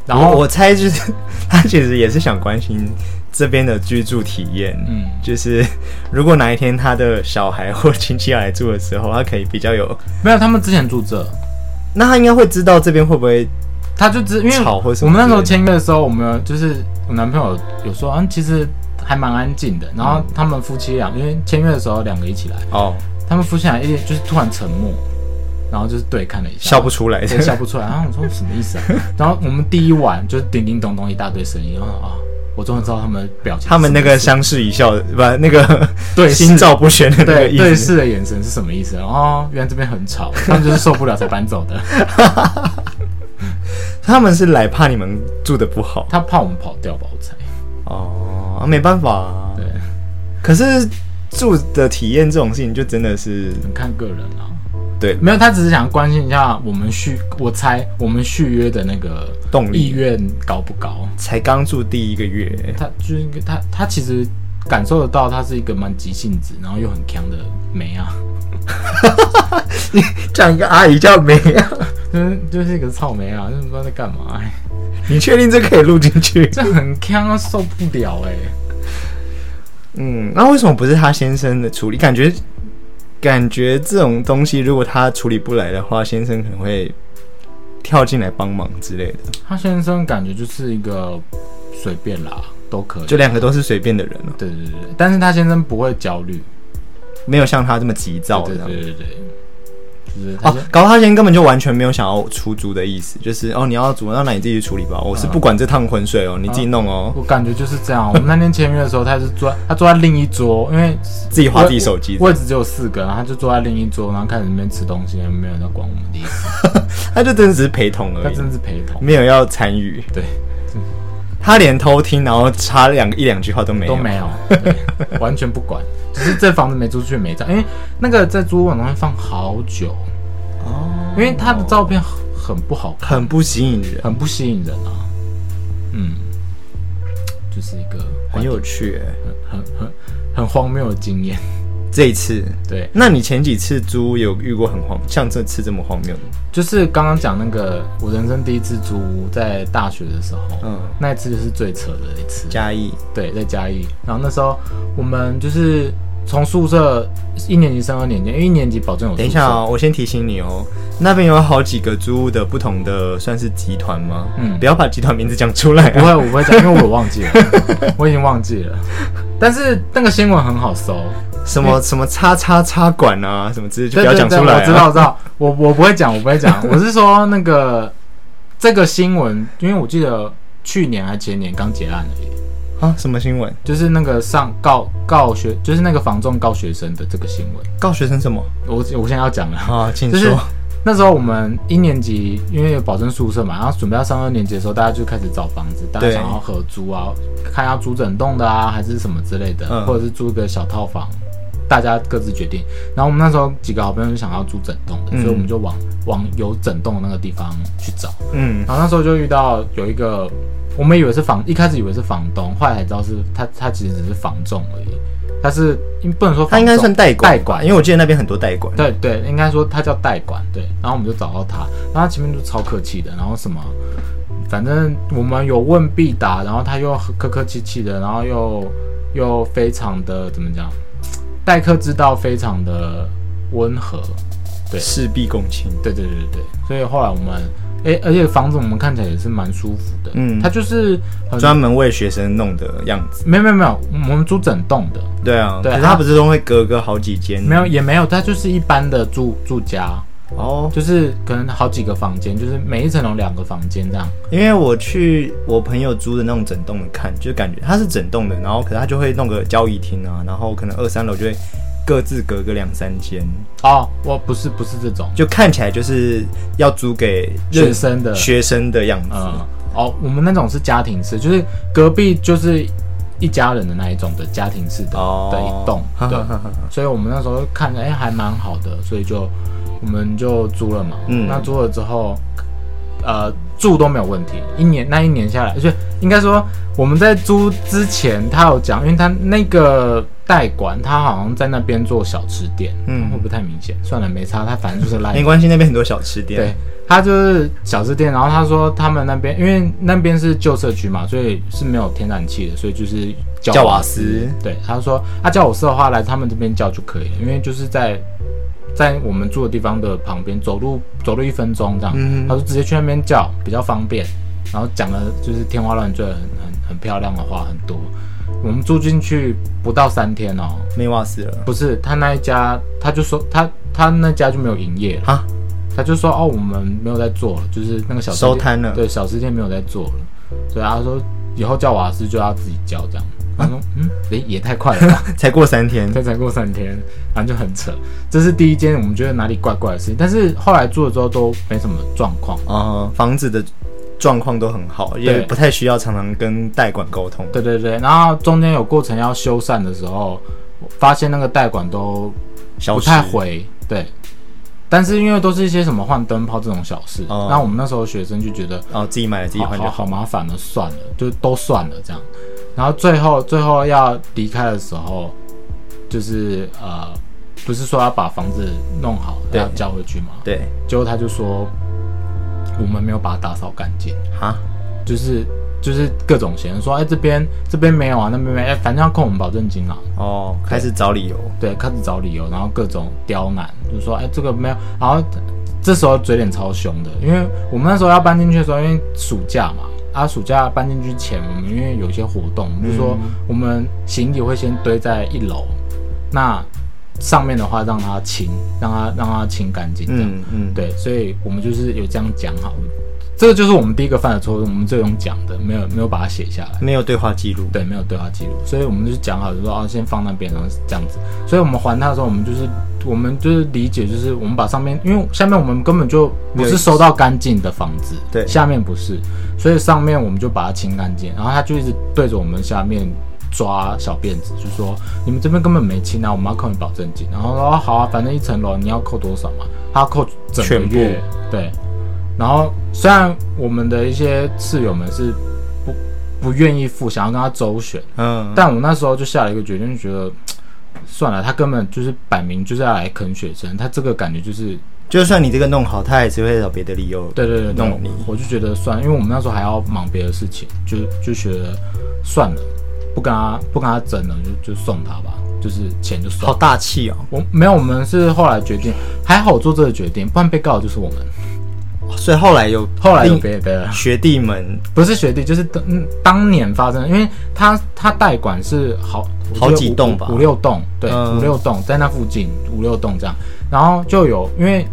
Speaker 2: 然后
Speaker 1: 我我猜就是 他其实也是想关心这边的居住体验，
Speaker 2: 嗯，
Speaker 1: 就是如果哪一天他的小孩或亲戚要来住的时候，他可以比较有，
Speaker 2: 没有，他们之前住这，
Speaker 1: 那他应该会知道这边会不会
Speaker 2: 他就只因为
Speaker 1: 吵或什
Speaker 2: 我
Speaker 1: 么之类的。
Speaker 2: 们那时候签约的时候，我们有就是我男朋友有说，嗯，其实还蛮安静的。然后
Speaker 1: 嗯
Speaker 2: 他们夫妻俩，因为签约的时候两个一起来，
Speaker 1: 哦
Speaker 2: 他们夫妻俩一就是突然沉默，然后就是对看了一下，
Speaker 1: 笑不出来
Speaker 2: 对笑不出来。然后我说什么意思啊？然后我们第一晚就是叮叮咚咚一大堆声音，然后啊、我终于知道他们的表情是什么意思，
Speaker 1: 他们那个相视一笑，不，那个
Speaker 2: 对视
Speaker 1: 心照不宣的那个
Speaker 2: 对
Speaker 1: 意
Speaker 2: 对
Speaker 1: 思。
Speaker 2: 视的眼神是什么意思？哦，原来这边很吵，他们就是受不了才搬走的。
Speaker 1: 他们是来怕你们住的不好
Speaker 2: 他怕我们跑掉吧，我猜。
Speaker 1: 哦，啊没办法、啊。
Speaker 2: 对，
Speaker 1: 可是住的体验这种事情，就真的是
Speaker 2: 很看个人啊。
Speaker 1: 对
Speaker 2: 没有，他只是想关心一下我们续，我猜我们续约的那个
Speaker 1: 动力
Speaker 2: 意愿高不高？
Speaker 1: 才刚住第一个月，
Speaker 2: 他就是一个他他其实感受得到，他是一个蛮急性子，然后又很强的妹啊，
Speaker 1: 讲一个阿姨叫梅啊，
Speaker 2: 就是就是一个草莓啊，就是不知道在干嘛、哎，
Speaker 1: 你确定这可以录进去？
Speaker 2: 这很强啊，受不了哎、
Speaker 1: 嗯，那为什么不是他先生的处理？感觉感觉这种东西，如果他处理不来的话，先生可能会跳进来帮忙之类的。
Speaker 2: 他先生感觉就是一个随便啦，都可以。
Speaker 1: 就两个都是随便的人哦，
Speaker 2: 对对对对，但是他先生不会焦虑，
Speaker 1: 没有像他这么急躁这
Speaker 2: 对
Speaker 1: 样
Speaker 2: 对。对对对，就是他
Speaker 1: 哦
Speaker 2: 先、，
Speaker 1: 搞不好他今天根本就完全没有想要出租的意思，就是哦，你要煮，那那你自己去处理吧，
Speaker 2: 啊
Speaker 1: 我是不管这趟浑水哦，你自己弄哦，
Speaker 2: 我感觉就是这样。我们那天签约的时候，他是坐在 他坐在另一桌，因为
Speaker 1: 自己划自己手机。
Speaker 2: 位置只有四个，然后他就坐在另一桌，然后开始那边吃东西，没有人在管我们的意思，
Speaker 1: 他就真的只是陪同
Speaker 2: 啊他
Speaker 1: 而已，
Speaker 2: 真的是陪同，
Speaker 1: 没有要参与。
Speaker 2: 对，
Speaker 1: 他连偷听，然后插两个一两句话都没有。
Speaker 2: 都没有，对， 完全不管，只是这房子没租出去没照，因为那个在租屋网上面放好久，
Speaker 1: 哦，
Speaker 2: 因为他的照片很很不好看，
Speaker 1: 很不吸引人，
Speaker 2: 很不吸引人啊，嗯，就是一个
Speaker 1: 很有趣耶。
Speaker 2: 很很很荒谬的经验，
Speaker 1: 这一次，
Speaker 2: 对。
Speaker 1: 那你前几次租有遇过很荒，像这次这么荒谬的？
Speaker 2: 就是刚刚讲那个，我人生第一次租屋在大学的时候，
Speaker 1: 嗯
Speaker 2: 那一次就是最扯的一次，
Speaker 1: 嘉义，
Speaker 2: 对，在嘉义。然后那时候我们就是从宿舍一年级升二年级，因为一年级保证有宿舍
Speaker 1: 等一下哦，我先提醒你哦，那边有好几个租屋的不同的算是集团吗？
Speaker 2: 嗯
Speaker 1: 不要把集团名字讲出来、
Speaker 2: 不
Speaker 1: 啊。
Speaker 2: 会，我不会讲，因为我忘记了， 我已经忘记了。但是那个新闻很好搜，
Speaker 1: 什么什么叉叉叉管啊，什么之类就不要
Speaker 2: 对对
Speaker 1: 讲
Speaker 2: 对
Speaker 1: 出来、啊。
Speaker 2: 我知道，我知道，我我不会讲，我不会讲。我是说那个这个新闻，因为我记得去年还前年刚结案而已。
Speaker 1: 啊，什么新闻？
Speaker 2: 就是那个上告告学，就是那个房仲告学生的这个新闻，
Speaker 1: 告学生什么
Speaker 2: 我我现在要讲了。
Speaker 1: 啊？请
Speaker 2: 就
Speaker 1: 说。
Speaker 2: 是那时候我们一年级，因为有保证宿舍嘛，然后准备要上二年级的时候，大家就开始找房子，大家
Speaker 1: 对
Speaker 2: 想要合租啊，看要租整栋的啊，还是什么之类的，
Speaker 1: 嗯
Speaker 2: 或者是租一个小套房，大家各自决定。然后我们那时候几个好朋友就想要租整栋的，
Speaker 1: 嗯
Speaker 2: 所以我们就往往有整栋的那个地方去找。
Speaker 1: 嗯
Speaker 2: 然后那时候就遇到有一个，我们以为是房，一开始以为是房东，后来才知道是他，他其实只是房仲而已，他是因不能说
Speaker 1: 他
Speaker 2: 房
Speaker 1: 应该
Speaker 2: 仲
Speaker 1: 算代管吧，
Speaker 2: 代管
Speaker 1: 因为我记得那边很多代管。
Speaker 2: 对对，应该说他叫代管，对。然后我们就找到他，然后他前面就超客气的，然后什么，反正我们有问必答，然后他又很客客气气的，然后又又非常的怎么讲，待客之道非常的温和，对
Speaker 1: 事必躬亲。
Speaker 2: 对对对对。所以后来我们，诶，而且房子我们看起来也是蛮舒服的，
Speaker 1: 嗯
Speaker 2: 它就是很
Speaker 1: 专门为学生弄的样子，
Speaker 2: 没有没有没有，我们租整栋的，
Speaker 1: 对啊，
Speaker 2: 对
Speaker 1: 可是他
Speaker 2: 他
Speaker 1: 不是都会隔个好几间，
Speaker 2: 没有也没有，它就是一般的住住家，
Speaker 1: 哦，
Speaker 2: 就是可能好几个房间，就是每一层楼两个房间这样。
Speaker 1: 因为我去我朋友租的那种整栋的看，就感觉它是整栋的，然后可是他就会弄个交易厅啊，然后可能二三楼就会各自隔个两三间，
Speaker 2: 哦，我不是不是这种
Speaker 1: 就看起来就是要租给
Speaker 2: 学生的，
Speaker 1: 学生的样子，
Speaker 2: 嗯，哦，我们那种是家庭式，就是隔壁就是一家人的那一种的家庭式的、
Speaker 1: 哦
Speaker 2: 的一 栋，
Speaker 1: 哈
Speaker 2: 对
Speaker 1: 哈，哈哈
Speaker 2: 所以我们那时候看着哎、还蛮好的，所以就我们就租了嘛。
Speaker 1: 嗯
Speaker 2: 那租了之后，呃，住都没有问题，一年那一年下来，而且应该说我们在租之前，他有讲，因为他那个代管他好像在那边做小吃店，
Speaker 1: 嗯
Speaker 2: 嗯，会不会太明显？算了，没差，他反正就是赖
Speaker 1: 没关系，那边很多小吃店，
Speaker 2: 对，他就是小吃店，然后他说他们那边，因为那边是旧社区嘛，所以是没有天然气的，所以就是
Speaker 1: 叫
Speaker 2: 瓦
Speaker 1: 瓦斯
Speaker 2: 对，他说啊，叫瓦斯的话，来他们这边叫就可以了，因为就是在在我们住的地方的旁边，走路走路一分钟这样。
Speaker 1: 嗯
Speaker 2: 他说直接去那边叫比较方便，然后讲的就是天花乱坠，很很很漂亮的话很多。我们住进去不到三天哦，
Speaker 1: 没瓦斯了
Speaker 2: 不是他那一家，他就说他他那家就没有营业了。
Speaker 1: 啊，
Speaker 2: 他就说哦，我们没有在做了，就是那个小吃店
Speaker 1: 收摊了
Speaker 2: 对，小吃店没有在做了，所以他说以后叫瓦斯就要自己叫这样。
Speaker 1: 啊
Speaker 2: 他说嗯，诶、也太快了吧，
Speaker 1: 才过三天，
Speaker 2: 这才过三天，反正就很扯。这是第一间我们觉得哪里怪怪的事情，但是后来做了之后都没什么状况。
Speaker 1: 啊、房子的状况都很好，也不太需要常常跟代管沟通。
Speaker 2: 对对对，然后中间有过程要修缮的时候，我发现那个代管都
Speaker 1: 消
Speaker 2: 不
Speaker 1: 失
Speaker 2: 太回，对。但是因为都是一些什么换灯泡这种小事，
Speaker 1: 哦
Speaker 2: 那我们那时候学生就觉得
Speaker 1: 哦，自己买了自己
Speaker 2: 好
Speaker 1: 换
Speaker 2: 好
Speaker 1: 就
Speaker 2: 好麻烦了，算了，就都算了这样。然后最后最后要离开的时候，就是呃，不是说要把房子弄好
Speaker 1: 对
Speaker 2: 要交回去吗？
Speaker 1: 对，
Speaker 2: 结果他就说我们没有把它打扫干净，
Speaker 1: 哈，
Speaker 2: 就是就是各种嫌说，哎、这边这边没有啊，那边没有，哎、反正要扣我们保证金啊。
Speaker 1: 哦，开始找理由，
Speaker 2: 对，开始找理由，然后各种刁难，就说哎、这个没有，然后这时候嘴脸超凶的，因为我们那时候要搬进去的时候，因为暑假嘛，啊暑假搬进去前，我们因为有一些活动，我们就说我们行李会先堆在一楼，那上面的话让它清，让它让它清干净这样。
Speaker 1: 嗯嗯，，
Speaker 2: 对，所以我们就是有这样讲好，这个就是我们第一个犯的错误，我们最用讲的，没有没有把它写下来。
Speaker 1: 没有对话记录，
Speaker 2: 对，没有对话记录，所以我们就是讲好，就说啊，先放那边，然后这样子。所以我们还他的时候，我们就是我们就是理解，就是我们把上面，因为下面我们根本就不是收到干净的房子，
Speaker 1: 对
Speaker 2: 下面不是，所以上面我们就把它清干净，然后他就一直对着我们下面。抓小辫子，就说你们这边根本没清啊，我们要扣你保证金。然后说、哦好啊，反正一层楼你要扣多少嘛，他要扣整个
Speaker 1: 全部
Speaker 2: 月，对。然后虽然我们的一些室友们是不不愿意付，想要跟他周旋，
Speaker 1: 嗯，
Speaker 2: 但我那时候就下了一个决定，就觉得算了，他根本就是摆明就是要来啃学生，他这个感觉就是
Speaker 1: 就算你这个弄好，他还是会找别的理由。
Speaker 2: 对对对对
Speaker 1: 弄你
Speaker 2: 我就觉得算了，因为我们那时候还要忙别的事情，就就觉得算了，不跟他不跟他争了，就就送他吧，就是钱就算
Speaker 1: 好
Speaker 2: 了。
Speaker 1: 大气哦！
Speaker 2: 我没有，我们是后来决定，还好我做这个决定，不然被告的就是我们。
Speaker 1: 所以后来有
Speaker 2: 后来有
Speaker 1: 另
Speaker 2: 别的，
Speaker 1: 学弟们
Speaker 2: 不是学弟，就是当嗯当年发生的，因为他他代管是好我
Speaker 1: 好
Speaker 2: 觉得
Speaker 1: 几
Speaker 2: 五
Speaker 1: 栋吧
Speaker 2: 五五六栋，对，
Speaker 1: 嗯
Speaker 2: 五六栋在那附近五六栋这样，然后就有因为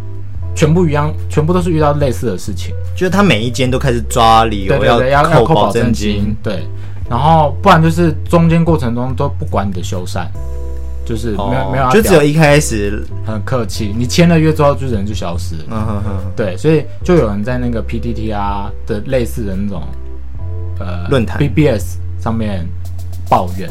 Speaker 2: 全部一样，全部都是遇到类似的事情，
Speaker 1: 就是他每一间都开始抓理
Speaker 2: 对
Speaker 1: 由
Speaker 2: 对对，要
Speaker 1: 扣
Speaker 2: 扣
Speaker 1: 保
Speaker 2: 证
Speaker 1: 金，
Speaker 2: 对，然后不然就是中间过程中都不管你的修缮，就是没有、
Speaker 1: 哦
Speaker 2: 没有要
Speaker 1: 就只有
Speaker 2: 表
Speaker 1: 一开始，
Speaker 2: 很客气，你签了约之后就人就消失了。
Speaker 1: 嗯哼哼，
Speaker 2: 对，所以就有人在那个 PTT 啊的类似的那种呃
Speaker 1: 论坛
Speaker 2: BBS 上面抱怨，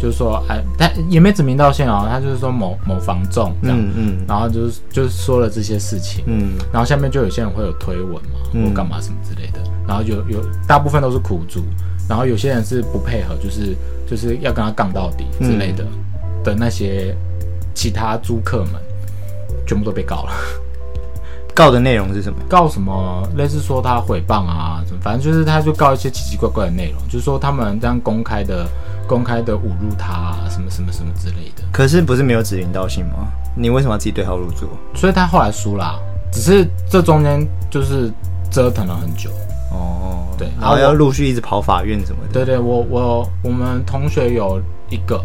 Speaker 2: 就是说，哎，他也没指名道姓哦，他就是说某某房仲这样，
Speaker 1: 嗯嗯
Speaker 2: 然后就是就是说了这些事情，
Speaker 1: 嗯，
Speaker 2: 然后下面就有些人会有推文嘛，或
Speaker 1: 嗯
Speaker 2: 干嘛什么之类的，然后有有大部分都是苦主，然后有些人是不配合，就是就是要跟他杠到底之类的、
Speaker 1: 嗯
Speaker 2: 的那些其他租客们，全部都被告了。
Speaker 1: 告的内容是什么？
Speaker 2: 告什么类似说他诽谤啊，什么反正就是他就告一些奇奇怪怪的内容，就是说他们这样公开的、公开的侮辱他、啊，什么什么什么之类的，
Speaker 1: 可是不是没有指名道姓吗？你为什么要自己对号入座？
Speaker 2: 所以他后来输啦、只是这中间就是折腾了很久。
Speaker 1: 哦，
Speaker 2: 对
Speaker 1: 然后
Speaker 2: 啊
Speaker 1: 要
Speaker 2: 我
Speaker 1: 陆续一直跑法院什么的。
Speaker 2: 对对，我我我们同学有一个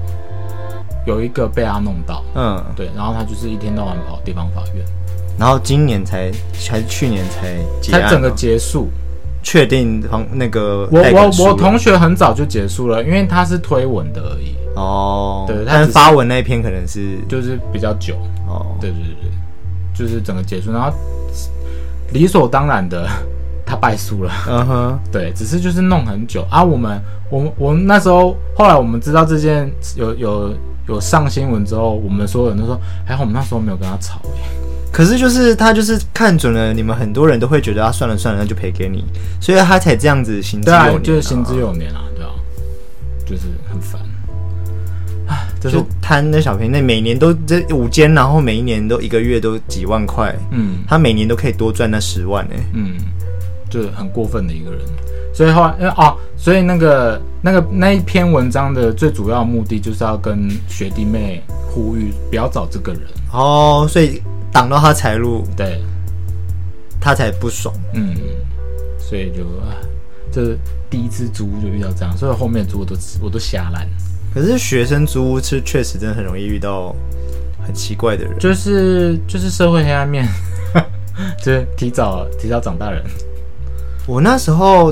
Speaker 2: 有一个被他弄到，
Speaker 1: 嗯，
Speaker 2: 对，然后他就是一天到晚跑地方法院，
Speaker 1: 然后今年才还是去年才结案吗，哦
Speaker 2: 他整个结束。
Speaker 1: 确定房那个
Speaker 2: 我
Speaker 1: 贷款
Speaker 2: 我
Speaker 1: 书
Speaker 2: 我
Speaker 1: 了
Speaker 2: 同学很早就结束了，因为他是推文的而已，
Speaker 1: 哦，
Speaker 2: 对他
Speaker 1: 但
Speaker 2: 只是
Speaker 1: 发文那一篇可能是
Speaker 2: 就是比较久。
Speaker 1: 哦，
Speaker 2: 对对对，对，就是整个结束，然后理所当然的 他败诉了，
Speaker 1: 嗯哼，
Speaker 2: 对，只是就是弄很久啊。我们我们我们那时候后来我们知道这件有有有上新闻之后，我们所有人都说，还好我们那时候没有跟他吵、欸
Speaker 1: 可是就是他就是看准了你们很多人都会觉得啊算了算了那就赔给你，所以他才这样子行之
Speaker 2: 对
Speaker 1: 有
Speaker 2: 啊
Speaker 1: 年、，
Speaker 2: 就是行之，有年啊，对啊，就是很烦，唉，
Speaker 1: 就
Speaker 2: 就
Speaker 1: 是是贪那小便宜，那每年都这五间，然后每一年都一个月都几万块，
Speaker 2: 嗯
Speaker 1: 他每年都可以多赚那十万哎、
Speaker 2: 嗯，就是很过分的一个人。所以后来，因为哦，所以那个那个那一篇文章的最主要目的就是要跟学弟妹呼吁，不要找这个人。
Speaker 1: 哦，所以挡到他财路，
Speaker 2: 对，
Speaker 1: 他才不爽。
Speaker 2: 嗯，所以就啊，这第一次租就遇到这样，所以后面租我都我都瞎烂。
Speaker 1: 可是学生租屋是确实真的很容易遇到很奇怪的人，
Speaker 2: 就是就是社会黑暗面， 就是提早提早长大人。
Speaker 1: 我那时候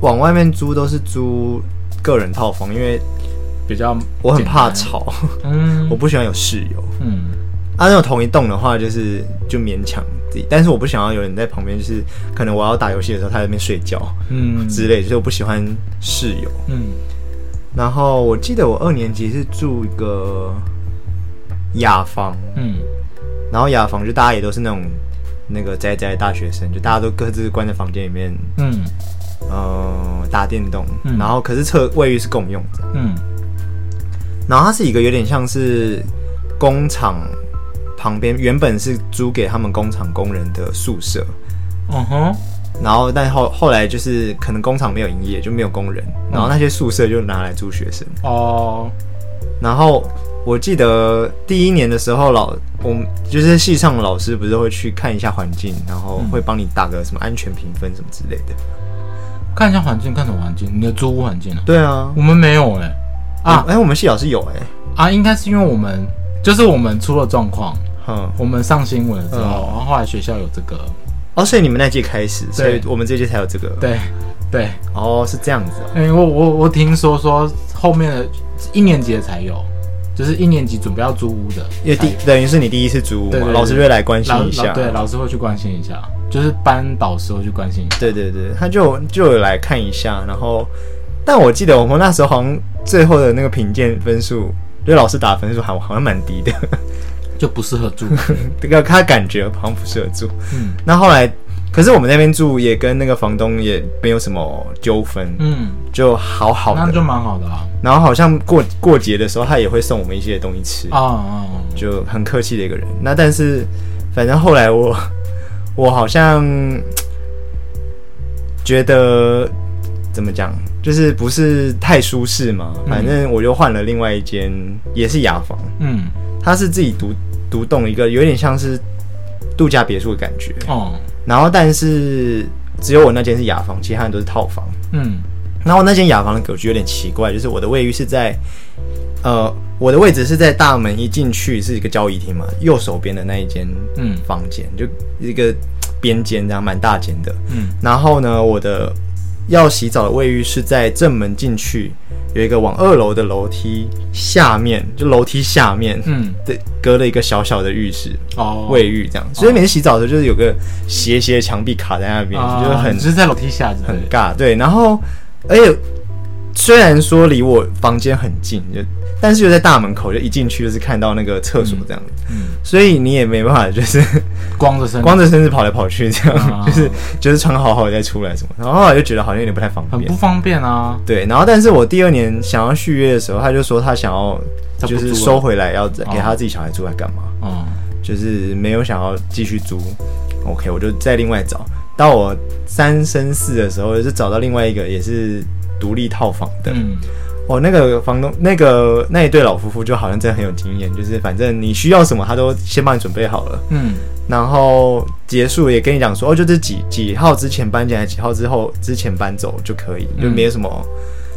Speaker 1: 往外面租都是租个人套房，因为
Speaker 2: 比较
Speaker 1: 我很怕
Speaker 2: 简
Speaker 1: 吵，
Speaker 2: 单，嗯，
Speaker 1: 我不喜欢有室友。
Speaker 2: 嗯
Speaker 1: 啊，那种同一栋的话，就是就勉强自己，但是我不想要有人在旁边，就是可能我要打游戏的时候，他在那边睡觉
Speaker 2: 嗯
Speaker 1: 之类的，所以我不喜欢室友。
Speaker 2: 嗯
Speaker 1: 然后我记得我二年级是住一个雅房，
Speaker 2: 嗯
Speaker 1: 然后雅房就大家也都是那种那个宅宅的大学生，就大家都各自关在房间里面，
Speaker 2: 嗯
Speaker 1: 呃，打电动，
Speaker 2: 嗯
Speaker 1: 然后可是厕卫浴是共用的，
Speaker 2: 嗯
Speaker 1: 然后它是一个有点像是工厂旁边原本是租给他们工厂工人的宿舍，
Speaker 2: 嗯哼，
Speaker 1: 然后但后后来就是可能工厂没有营业，就没有工人，然后那些宿舍就拿来租学生。
Speaker 2: 哦，
Speaker 1: 然后我记得第一年的时候老，我们就是系上的老师不是会去看一下环境，然后会帮你打个什么安全评分什么之类的。
Speaker 2: 看一下环境，看什么环境？你的租屋环境啊？
Speaker 1: 对啊，
Speaker 2: 我们没有哎、
Speaker 1: 啊
Speaker 2: 啊，
Speaker 1: 哎、我们系老师有哎、
Speaker 2: 啊，应该是因为我们就是我们出了状况，
Speaker 1: 嗯，
Speaker 2: 我们上新闻了之后，
Speaker 1: 嗯
Speaker 2: 然后后来学校有这个，
Speaker 1: 哦，所以你们那届开始，所以
Speaker 2: 对
Speaker 1: 我们这届才有这个。，
Speaker 2: 对对，
Speaker 1: 哦，是这样子哦。
Speaker 2: 因为我我我听说说后面的一年级的才有，就是一年级准备要租屋的，
Speaker 1: 因为第
Speaker 2: 才
Speaker 1: 等于是你第一次租屋
Speaker 2: 对对
Speaker 1: 嘛，
Speaker 2: 对
Speaker 1: 老师就会来关心
Speaker 2: 老
Speaker 1: 一下。
Speaker 2: 老对老师会去关心一下，就是班导师会去关心一下，
Speaker 1: 对对对，他就就有来看一下，然后，但我记得我们那时候好像最后的那个评鉴分数，就老师打分数好好像蛮低的，
Speaker 2: 就不适合住，
Speaker 1: 这个他感觉好像不适合住。
Speaker 2: 嗯
Speaker 1: 那后来，可是我们那边住也跟那个房东也没有什么纠纷，
Speaker 2: 嗯，
Speaker 1: 就好好
Speaker 2: 那就
Speaker 1: 的。
Speaker 2: 蛮好的啊啦，
Speaker 1: 然后好像过过节的时候，他也会送我们一些东西吃，
Speaker 2: 啊啊，啊
Speaker 1: 就很客气的一个人。那但是，反正后来我 我好像觉得怎么讲，就是不是太舒适嘛。
Speaker 2: 嗯
Speaker 1: 反正我就换了另外一间，也是雅房，
Speaker 2: 嗯
Speaker 1: 它是自己独独栋一个，有点像是度假别墅的感觉。
Speaker 2: 哦
Speaker 1: 然后但是只有我那间是雅房，其他人都是套房。
Speaker 2: 嗯
Speaker 1: 然后那间雅房的格局有点奇怪，就是我的卫浴是在，呃，我的位置是在大门一进去是一个交易厅嘛，右手边的那一间
Speaker 2: 嗯
Speaker 1: 房间，就一个边间这样蛮大间的。
Speaker 2: 嗯
Speaker 1: 然后呢，我的要洗澡的卫浴是在正门进去，有一个往二楼的楼梯下面，就楼梯下面
Speaker 2: 嗯，
Speaker 1: 的隔了一个小小的浴室
Speaker 2: 哦，
Speaker 1: 卫浴这样，所以每次洗澡的时候就是有个斜斜的墙壁卡在那边，
Speaker 2: 啊
Speaker 1: 就是很
Speaker 2: 你就是在楼梯下之类
Speaker 1: 很
Speaker 2: 的，
Speaker 1: 尬。对，然后而且虽然说离我房间很近，就但是就在大门口，就一进去就是看到那个厕所这样，
Speaker 2: 嗯，
Speaker 1: 所以你也没办法就是
Speaker 2: 光着身体，
Speaker 1: 光着身子跑来跑去这样，
Speaker 2: 啊
Speaker 1: 就是就是穿好好的再出来什么，然后后来就觉得好像有点不太方
Speaker 2: 很
Speaker 1: 便
Speaker 2: 不。方便啊，
Speaker 1: 对，然后但是我第二年想要续约的时候，他就说他想要
Speaker 2: 他不
Speaker 1: 就是
Speaker 2: 租了
Speaker 1: 收回来，要再
Speaker 2: 哦
Speaker 1: 给他自己小孩住来干嘛？
Speaker 2: 嗯，
Speaker 1: 就是没有想要继续租，OK，我就再另外找。到我三升四的时候，就找到另外一个也是独立套房的。
Speaker 2: 嗯，
Speaker 1: 哦，那个房东，那个那一对老夫妇就好像真的很有经验，就是反正你需要什么，他都先帮你准备好了。
Speaker 2: 嗯，
Speaker 1: 然后结束也跟你讲说，哦，就是几几号之前搬进来，几号之后之前搬走就可以，就没有什么。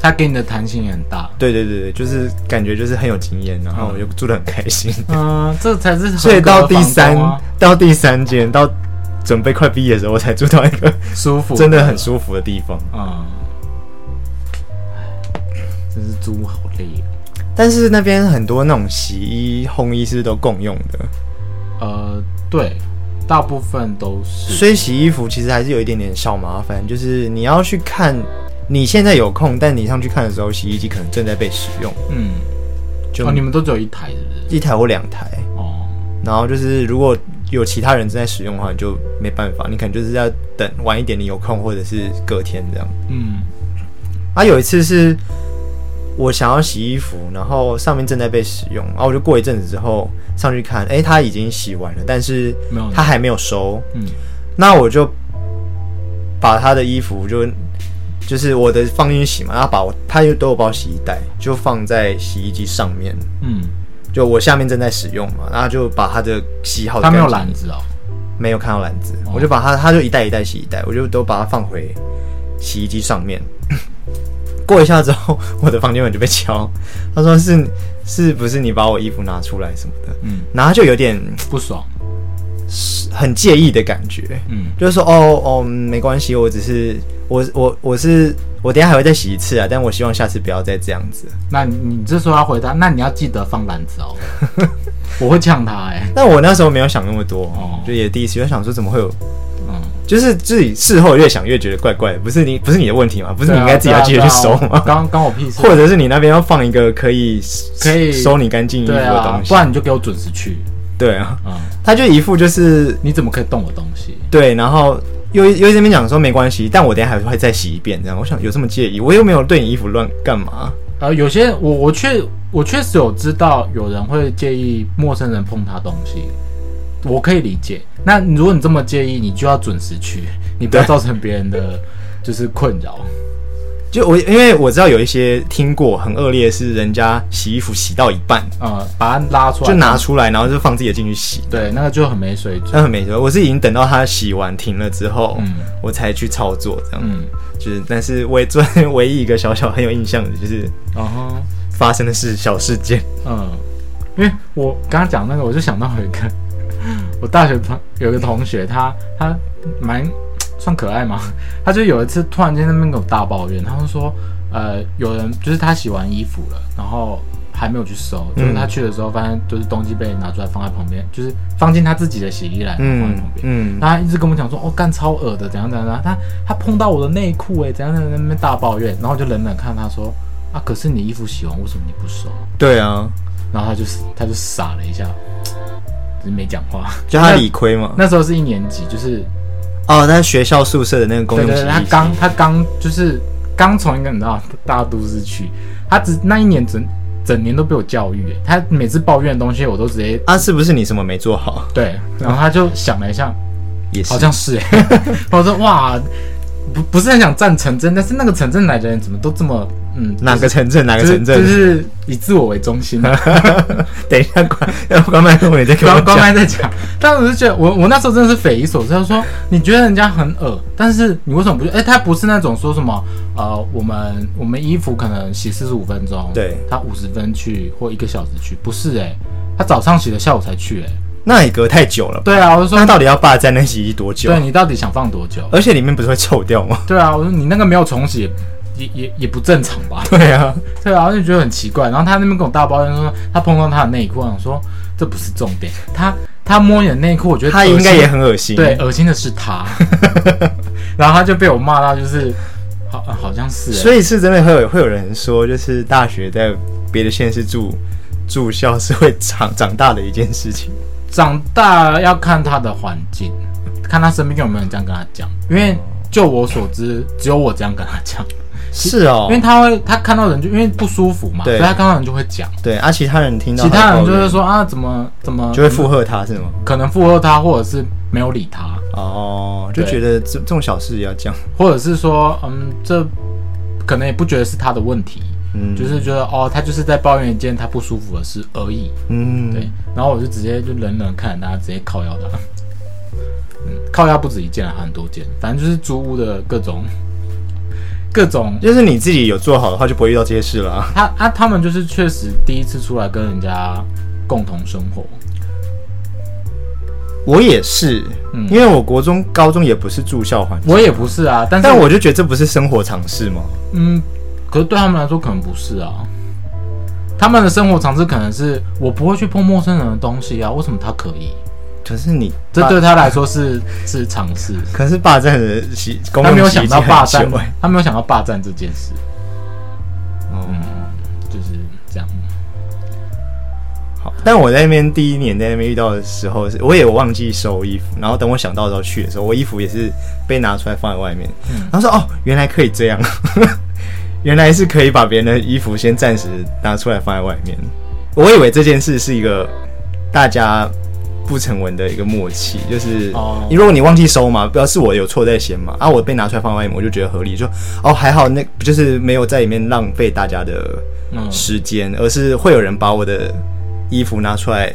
Speaker 2: 他给你的弹性也很大，
Speaker 1: 对对对对，就是感觉就是很有经验，然后我就住得很开心。
Speaker 2: 嗯，这才是合格的
Speaker 1: 所以到第三
Speaker 2: 房东啊
Speaker 1: 到第三间到准备快毕业的时候，我才住到一 个
Speaker 2: 舒服，
Speaker 1: 真的很舒服的地方。
Speaker 2: 嗯，真是租好累哦。
Speaker 1: 但是那边很多那种洗衣、烘衣是都共用的，
Speaker 2: 呃，对，大部分都是。
Speaker 1: 所以洗衣服其实还是有一点点小麻烦，就是你要去看，你现在有空，但你上去看的时候，洗衣机可能正在被使用，
Speaker 2: 嗯，
Speaker 1: 就
Speaker 2: 哦，你们都只有一台是不是？
Speaker 1: 一台或两台。
Speaker 2: 哦，
Speaker 1: 然后就是如果有其他人正在使用的话，你就没办法，你可能就是要等晚一点，你有空或者是隔天这样。
Speaker 2: 嗯，
Speaker 1: 啊，有一次是我想要洗衣服，然后上面正在被使用，然啊后我就过一阵子之后上去看，诶，它已经洗完了，但是
Speaker 2: 没有。
Speaker 1: 它还没有收，
Speaker 2: 嗯
Speaker 1: 那我就把他的衣服就就是我的放进去洗嘛，然后把我他又都有包洗衣袋，就放在洗衣机上面，
Speaker 2: 嗯，
Speaker 1: 就我下面正在使用嘛，然后就把他的洗好的
Speaker 2: 他没有
Speaker 1: 干净
Speaker 2: 篮子哦。
Speaker 1: 没有看到篮子，
Speaker 2: 哦
Speaker 1: 我就把它，它就一袋一袋洗一袋，我就都把它放回洗衣机上面。 过一下之后，我的房间门就被敲，他说是是不是你把我衣服拿出来什么的，
Speaker 2: 嗯，
Speaker 1: 然后他就有点
Speaker 2: 不爽。
Speaker 1: 很介意的感觉，
Speaker 2: 嗯
Speaker 1: 就是说哦哦嗯没关系，我只是我我我是我等一下还会再洗一次啊，但我希望下次不要再这样子。
Speaker 2: 那你你这时候要回答，那你要记得放篮 子哦。我会呛他哎、
Speaker 1: 但我那时候没有想那么多，
Speaker 2: 哦
Speaker 1: 就也第一次就想说怎么会有
Speaker 2: 嗯，
Speaker 1: 就是自己事后越想越觉得怪怪的，不是你不是你的问题吗？不
Speaker 2: 不
Speaker 1: 是你应该自
Speaker 2: 啊
Speaker 1: 己要记得去收吗？
Speaker 2: 刚刚我屁事。
Speaker 1: 或者是你那边要放一个可以
Speaker 2: 可以
Speaker 1: 收你干净衣服
Speaker 2: 对
Speaker 1: 的
Speaker 2: 啊
Speaker 1: 东，西，
Speaker 2: 不然你就给我准时去。
Speaker 1: 对啊，
Speaker 2: 嗯，
Speaker 1: 他就一副就是
Speaker 2: 你怎么可以动我东西？
Speaker 1: 对，然后又又在那边讲说没关系，但我等一下还会再洗一遍这样。我想有这么介意，我又没有对你衣服乱干嘛？
Speaker 2: 呃，有些我我确我确实有知道有人会介意陌生人碰他东西，我可以理解。那如果你这么介意，你就要准时去，你不要
Speaker 1: 对
Speaker 2: 造成别人的就是困扰。
Speaker 1: 就我因为我知道有一些听过很恶劣，是人家洗衣服洗到一半
Speaker 2: 呃，把他拉出来
Speaker 1: 就拿出来，然后就放自己的进去洗，
Speaker 2: 对，那个就很没水准。
Speaker 1: 那很没辙。我是已经等到他洗完停了之后，
Speaker 2: 嗯
Speaker 1: 我才去操作这样。
Speaker 2: 嗯，
Speaker 1: 就是但是我也做唯 一一个小小很有印象的就是
Speaker 2: 然后
Speaker 1: 哦发生的是小事件。
Speaker 2: 嗯，因为我刚刚讲那个，我就想到有一个 我大学同有一个同学，他他蛮算可爱嘛，他就有一次突然间在那边跟我大抱怨，他就说，呃，有人就是他洗完衣服了，然后还没有去收，
Speaker 1: 嗯
Speaker 2: 就是他去的时候发现就是东西被拿出来放在旁边，就是放进他自己的洗衣篮，然后放在
Speaker 1: 嗯
Speaker 2: 旁边。
Speaker 1: 嗯，
Speaker 2: 他一直跟我讲说，哦，干超恶的，怎样怎样怎样，他他碰到我的内裤哎，怎样怎样，在那边大抱怨，然后我就冷冷看他说，啊，可是你衣服洗完，为什么你不收？
Speaker 1: 对啊，
Speaker 2: 然后他就是他就傻了一下，只是没讲 话。
Speaker 1: 就他理亏嘛。
Speaker 2: 那时候是一年级，就是
Speaker 1: 哦，那学校宿舍的那个公
Speaker 2: 对
Speaker 1: 用洗
Speaker 2: 对，
Speaker 1: 衣
Speaker 2: 对
Speaker 1: 机，
Speaker 2: 他刚他刚就是刚从一个你知道大都市去，他只那一年整整年都被我教育，他每次抱怨的东西我都直接
Speaker 1: 啊，是不是你什么没做好？
Speaker 2: 对，然后他就想了一 下，
Speaker 1: 也是，
Speaker 2: 好像是哎、欸， 我说哇，不不是很想站城镇，但是那个城镇来的人怎么都这么嗯
Speaker 1: 哪个城镇哪
Speaker 2: 哪
Speaker 1: 个城
Speaker 2: 就
Speaker 1: 镇？
Speaker 2: 是以自我为中心。 啊
Speaker 1: 等一下关，要关麦克风，你再给我
Speaker 2: 刚刚
Speaker 1: 讲。
Speaker 2: 才在讲，但我就觉得我我那时候真的是匪夷所思，他说你觉得人家很恶，但是你为什么不去？哎、他不是那种说什么呃，我们我们衣服可能洗四十五分钟，
Speaker 1: 对
Speaker 2: 他五十分去或一个小时去，不是哎、他早上洗的，下午才去哎、
Speaker 1: 那也隔太久了吧。
Speaker 2: 对啊，我就说
Speaker 1: 那，到底要霸占那洗衣机多久
Speaker 2: 对？你到底想放多久？
Speaker 1: 而且里面不是会臭掉吗？
Speaker 2: 对啊，我说你那个没有重洗，也也也不正常吧？
Speaker 1: 对啊，
Speaker 2: 对啊，我就觉得很奇怪。然后他那边跟我大抱怨说他碰到他的内裤，我想说这不是重点，他他摸你的内裤，我觉 得
Speaker 1: 他
Speaker 2: 恶
Speaker 1: 应该
Speaker 2: 心
Speaker 1: 也很恶心。
Speaker 2: 对，，恶心的是 他，然后他就被我骂到就是好好像是、欸，
Speaker 1: 所以是真的会有会有人说，就是大学在别的县市住住校是会长长大的一件事情。
Speaker 2: 长大要看他的环境，看他身边有没有人这样跟他讲，因
Speaker 1: 哦
Speaker 2: 为就我所知，只有我这样跟他讲，
Speaker 1: 是哦，
Speaker 2: 因为他会他看到人就因为不舒服嘛，所
Speaker 1: 对
Speaker 2: 以他看到人就会讲，
Speaker 1: 对啊，其他人听到
Speaker 2: 其他人
Speaker 1: 抱
Speaker 2: 就
Speaker 1: 怨
Speaker 2: 会说嗯啊怎么怎么
Speaker 1: 就会附和他是吗？
Speaker 2: 可能附和他，或者是没有理他，
Speaker 1: 哦，就
Speaker 2: 对
Speaker 1: 觉得这这种小事也要讲，
Speaker 2: 或者是说嗯这可能也不觉得是他的问题，
Speaker 1: 嗯，
Speaker 2: 就是觉得哦他就是在抱怨一件他不舒服的事而已。
Speaker 1: 嗯，
Speaker 2: 对，然后我就直接就冷冷看着大家直接靠腰他，嗯，靠腰不止一件啊，还很多件，反正就是租屋的各种各种，
Speaker 1: 就是你自己有做好的话，就不会遇到这些事了啊。
Speaker 2: 他啊，他们就是确实第一次出来跟人家共同生活，
Speaker 1: 我也是，
Speaker 2: 嗯
Speaker 1: 因为我国中、高中也不是住校环境，
Speaker 2: 我也不是啊，但是
Speaker 1: 但我就觉得这不是生活常识吗？
Speaker 2: 嗯，可是对他们来说可能不是啊。他们的生活常识可能是我不会去碰陌生人的东西啊，为什么他可以？
Speaker 1: 可是你
Speaker 2: 这
Speaker 1: 霸
Speaker 2: 对，他来说是是常识。
Speaker 1: 可是霸占的习，公
Speaker 2: 他
Speaker 1: 共
Speaker 2: 没有
Speaker 1: 习
Speaker 2: 想
Speaker 1: 已
Speaker 2: 到
Speaker 1: 经很
Speaker 2: 霸
Speaker 1: 久欸
Speaker 2: 占
Speaker 1: 了，
Speaker 2: 他没有想到霸占这件事，
Speaker 1: 嗯，
Speaker 2: 就是这样。
Speaker 1: 好。但我在那边第一年在那边遇到的时候，是我也忘记收衣服，然后等我想到的时候去的时候，我衣服也是被拿出来放在外面，
Speaker 2: 嗯
Speaker 1: 然后说哦，原来可以这样， 原来是可以把别人的衣服先暂时拿出来放在外面。我以为这件事是一个大家不成文的一个默契，就是
Speaker 2: 哦
Speaker 1: 你如果你忘记收嘛，表示我有错在先嘛，啊，我被拿出来放外面，我就觉得合理，就哦还好那就是没有在里面浪费大家的
Speaker 2: 嗯，
Speaker 1: 时间，而是会有人把我的衣服拿出来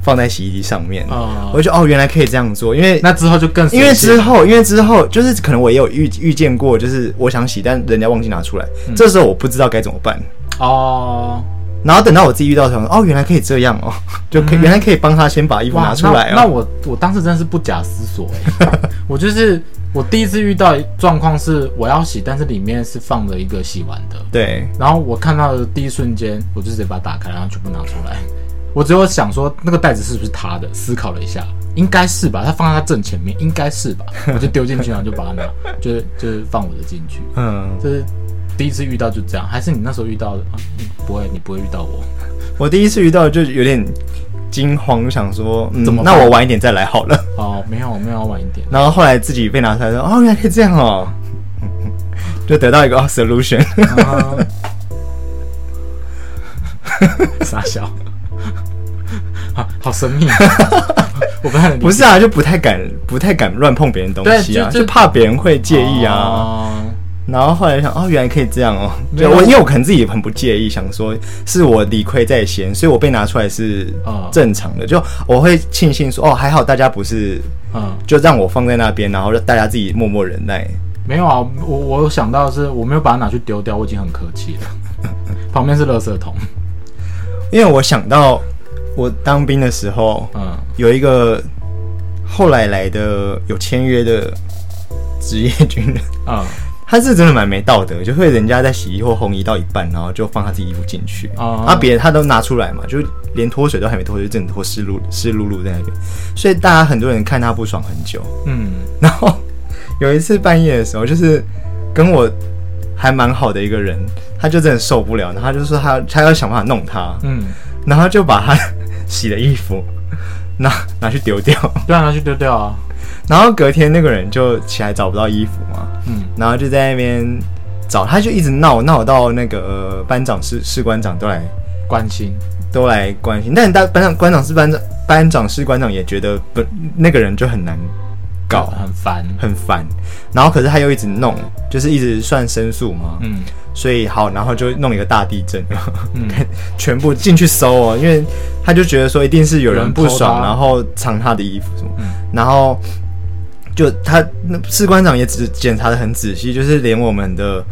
Speaker 1: 放在洗衣机上面，
Speaker 2: 啊
Speaker 1: 我就觉得哦原来可以这样做，因为
Speaker 2: 那之后就更
Speaker 1: 因为
Speaker 2: 随性
Speaker 1: 之后，因为之后就是可能我也有遇遇见过，就是我想洗，但人家忘记拿出来，
Speaker 2: 嗯
Speaker 1: 这时候我不知道该怎么办。
Speaker 2: 哦，
Speaker 1: 然后等到我自己遇到的时候，哦，原来可以这样哦， 就可以、原来可以帮他先把衣服
Speaker 2: 嗯哇
Speaker 1: 拿出来
Speaker 2: 那那
Speaker 1: 哦。
Speaker 2: 我我当时真的是不假思索哎、 我就是我第一次遇到状况是我要洗，但是里面是放着一个洗完的，
Speaker 1: 对，
Speaker 2: 然后我看到的第一瞬间，我就直接把它打开，然后全部拿出来。我只有想说那个袋子是不是他的，思考了一下，应该是吧，他放在他正前面，应该是吧，我就丢进去，然后就把它拿， 就是就是放我的进去。
Speaker 1: 嗯，
Speaker 2: 这是第一次遇到就这样，还是你那时候遇到的？啊嗯不会，你不会遇到我。
Speaker 1: 我第一次遇到就有点惊慌，想说，嗯
Speaker 2: 怎么，办
Speaker 1: 那我晚一点再来好了。
Speaker 2: 哦，没有没有，晚一点。
Speaker 1: 然后后来自己被拿出来说，哦，原来可以这样哦， 就得到一个哦 solution。
Speaker 2: 啊傻笑，好好神秘啊， 我不太能理解
Speaker 1: 不是啊，就不太敢，不太敢乱碰别人东西啊，
Speaker 2: 对就就
Speaker 1: 就怕别人会介意啊。
Speaker 2: 哦
Speaker 1: 然后后来想，哦，原来可以这样哦。
Speaker 2: 没
Speaker 1: 就
Speaker 2: 有
Speaker 1: 我，因为我可能自己很不介意，想说是我理亏在先，所以我被拿出来是
Speaker 2: 啊
Speaker 1: 正常的。就我会庆幸说，哦，还好大家不是
Speaker 2: 嗯，
Speaker 1: 就让我放在那边，然后让大家自己默默忍耐。
Speaker 2: 没有啊，我我有想到的是我没有把它拿去丢掉，我已经很客气 了。旁边是垃圾桶，
Speaker 1: 因为我想到我当兵的时候，
Speaker 2: 嗯，
Speaker 1: 有一个后来来的有签约的职业军人，
Speaker 2: 嗯
Speaker 1: 他是真的蛮没道德，就会人家在洗衣或烘衣到一半，然后就放他自己衣服进去，
Speaker 2: 哦
Speaker 1: 啊，别人他都拿出来嘛，就连脱水都还没脱，就整脱湿 漉湿漉漉在那边，所以大家很多人看他不爽很久。
Speaker 2: 嗯
Speaker 1: 然后有一次半夜的时候，就是跟我还蛮好的一个人，他就真的受不了，然后他就说他他要想办法弄他，
Speaker 2: 嗯，
Speaker 1: 然后就把他洗的衣服拿 拿去丢掉，
Speaker 2: 对啊，拿去丢掉啊，
Speaker 1: 然后隔天那个人就起来找不到衣服嘛，
Speaker 2: 嗯，
Speaker 1: 然后就在那边找，他就一直闹闹到那个、呃班长、士士官长都来
Speaker 2: 关心，
Speaker 1: 都来关心，但是大班长、官长是班长、班长士官长也觉得不那个人就很难搞，
Speaker 2: 很烦，
Speaker 1: 很烦。然后可是他又一直弄，就是一直算申诉嘛，
Speaker 2: 嗯
Speaker 1: 所以好，然后就弄了一个大地震，
Speaker 2: 嗯，
Speaker 1: 全部进去搜哦，因为他就觉得说一定是有人不
Speaker 2: 有人偷
Speaker 1: 爽，
Speaker 2: 他
Speaker 1: 然后藏他的衣服什么，
Speaker 2: 嗯
Speaker 1: 然后就他那士官长也只检查的很仔细，就是连我们的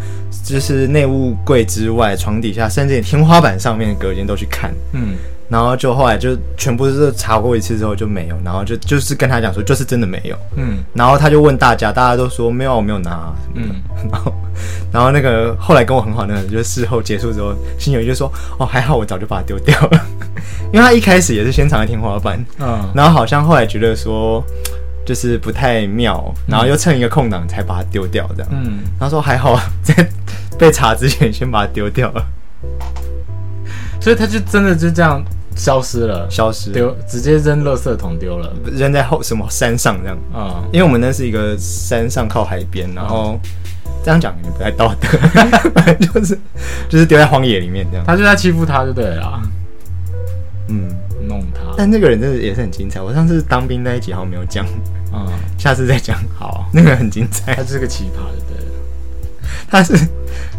Speaker 1: 就是内务柜之外、床底下，甚至连天花板上面的隔间都去看，
Speaker 2: 嗯，
Speaker 1: 然后就后来就全部是查过一次之后就没有，然后就就是跟他讲说就是真的没有，
Speaker 2: 嗯
Speaker 1: 然后他就问大家，大家都说没有啊，我没有拿啊、
Speaker 2: 嗯，
Speaker 1: 然后， 然后那个后来跟我很好的那个，就是事后结束之后，心友就说：“哦，还好我早就把它丢掉了， 因为他一开始也是先藏在天花板，
Speaker 2: 嗯，
Speaker 1: 然后好像后来觉得说就是不太妙，然后又趁一个空档才把它丢掉这样。
Speaker 2: 嗯，
Speaker 1: 他说还好在被查之前先把它丢掉了，
Speaker 2: 所以他就真的就这样消失了，
Speaker 1: 消失，
Speaker 2: 丢直接扔垃圾桶丢了，
Speaker 1: 扔在后什么山上这样。
Speaker 2: 嗯，
Speaker 1: 因为我们那是一个山上靠海边，然后
Speaker 2: 哦
Speaker 1: 这样讲也不太道德， 就是就是丢在荒野里面这样。
Speaker 2: 他就在欺负他就对了啊，
Speaker 1: 嗯。
Speaker 2: 弄他，
Speaker 1: 但这个人真的也是很精彩。我上次当兵那一集好像没有讲，
Speaker 2: 嗯，
Speaker 1: 下次再讲。啊
Speaker 2: 好，
Speaker 1: 那个很精彩，
Speaker 2: 他就是个奇葩就对了，
Speaker 1: 他是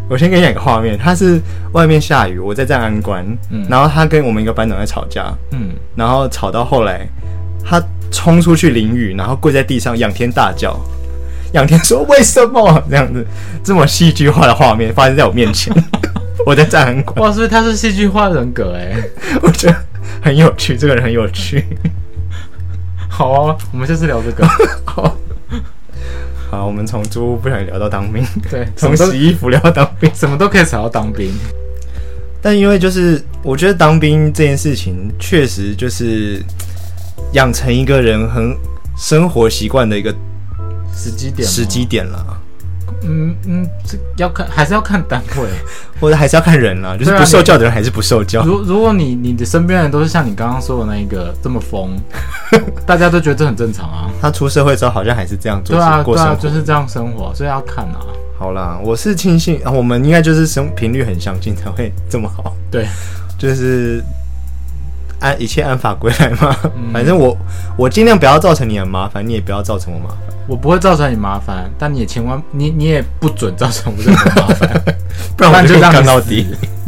Speaker 1: 我先给你讲一个画面，他是外面下雨，我在站安官，
Speaker 2: 嗯
Speaker 1: 然后他跟我们一个班长在吵架，
Speaker 2: 嗯，
Speaker 1: 然后吵到后来，他冲出去淋雨，然后跪在地上仰天大叫。仰天说：“为什么这样子？这么戏剧化的画面发生在我面前， 我在站安馆，
Speaker 2: 哇，所以他是戏剧化人格哎、
Speaker 1: 我觉得很有趣。这个人很有趣。
Speaker 2: 好啊，我们下次聊这个，
Speaker 1: 好，好，我们从租屋不小心聊到当兵。
Speaker 2: 对， 什
Speaker 1: 从
Speaker 2: 么都
Speaker 1: 洗衣服聊到当兵。
Speaker 2: 什么都可以扯到当兵，
Speaker 1: 但因为就是，我觉得当兵这件事情确实就是养成一个人很生活习惯的一个
Speaker 2: 时机点，
Speaker 1: 时机，点啦，
Speaker 2: 嗯嗯，这要看还是要看单 位。
Speaker 1: 或者还是要看人 啦，就是
Speaker 2: 对啊
Speaker 1: 不受教的人还是不受教。
Speaker 2: 如如果你你的身边人都是像你刚刚说的那一个这么疯， 大家都觉得这很正常啊。
Speaker 1: 他出社会之后好像还是这样做
Speaker 2: 对啊，
Speaker 1: 过
Speaker 2: 对
Speaker 1: 生活。嗯
Speaker 2: 啊，就是这样生活，所以要看啊。
Speaker 1: 好啦，我是庆幸、啊，我们应该就是生频率很相近才会这么好，
Speaker 2: 对，
Speaker 1: 就是。按一切按法归来嘛，
Speaker 2: 嗯
Speaker 1: 反正我我尽量不要造成你很麻烦，你也不要造成我麻烦，
Speaker 2: 我不会造成你麻烦，但你也千万你你也不准造成我任何麻 烦，
Speaker 1: 不然我
Speaker 2: 不然
Speaker 1: 就
Speaker 2: 就
Speaker 1: 被
Speaker 2: 让
Speaker 1: 干
Speaker 2: 你
Speaker 1: 到
Speaker 2: 死
Speaker 1: 底。。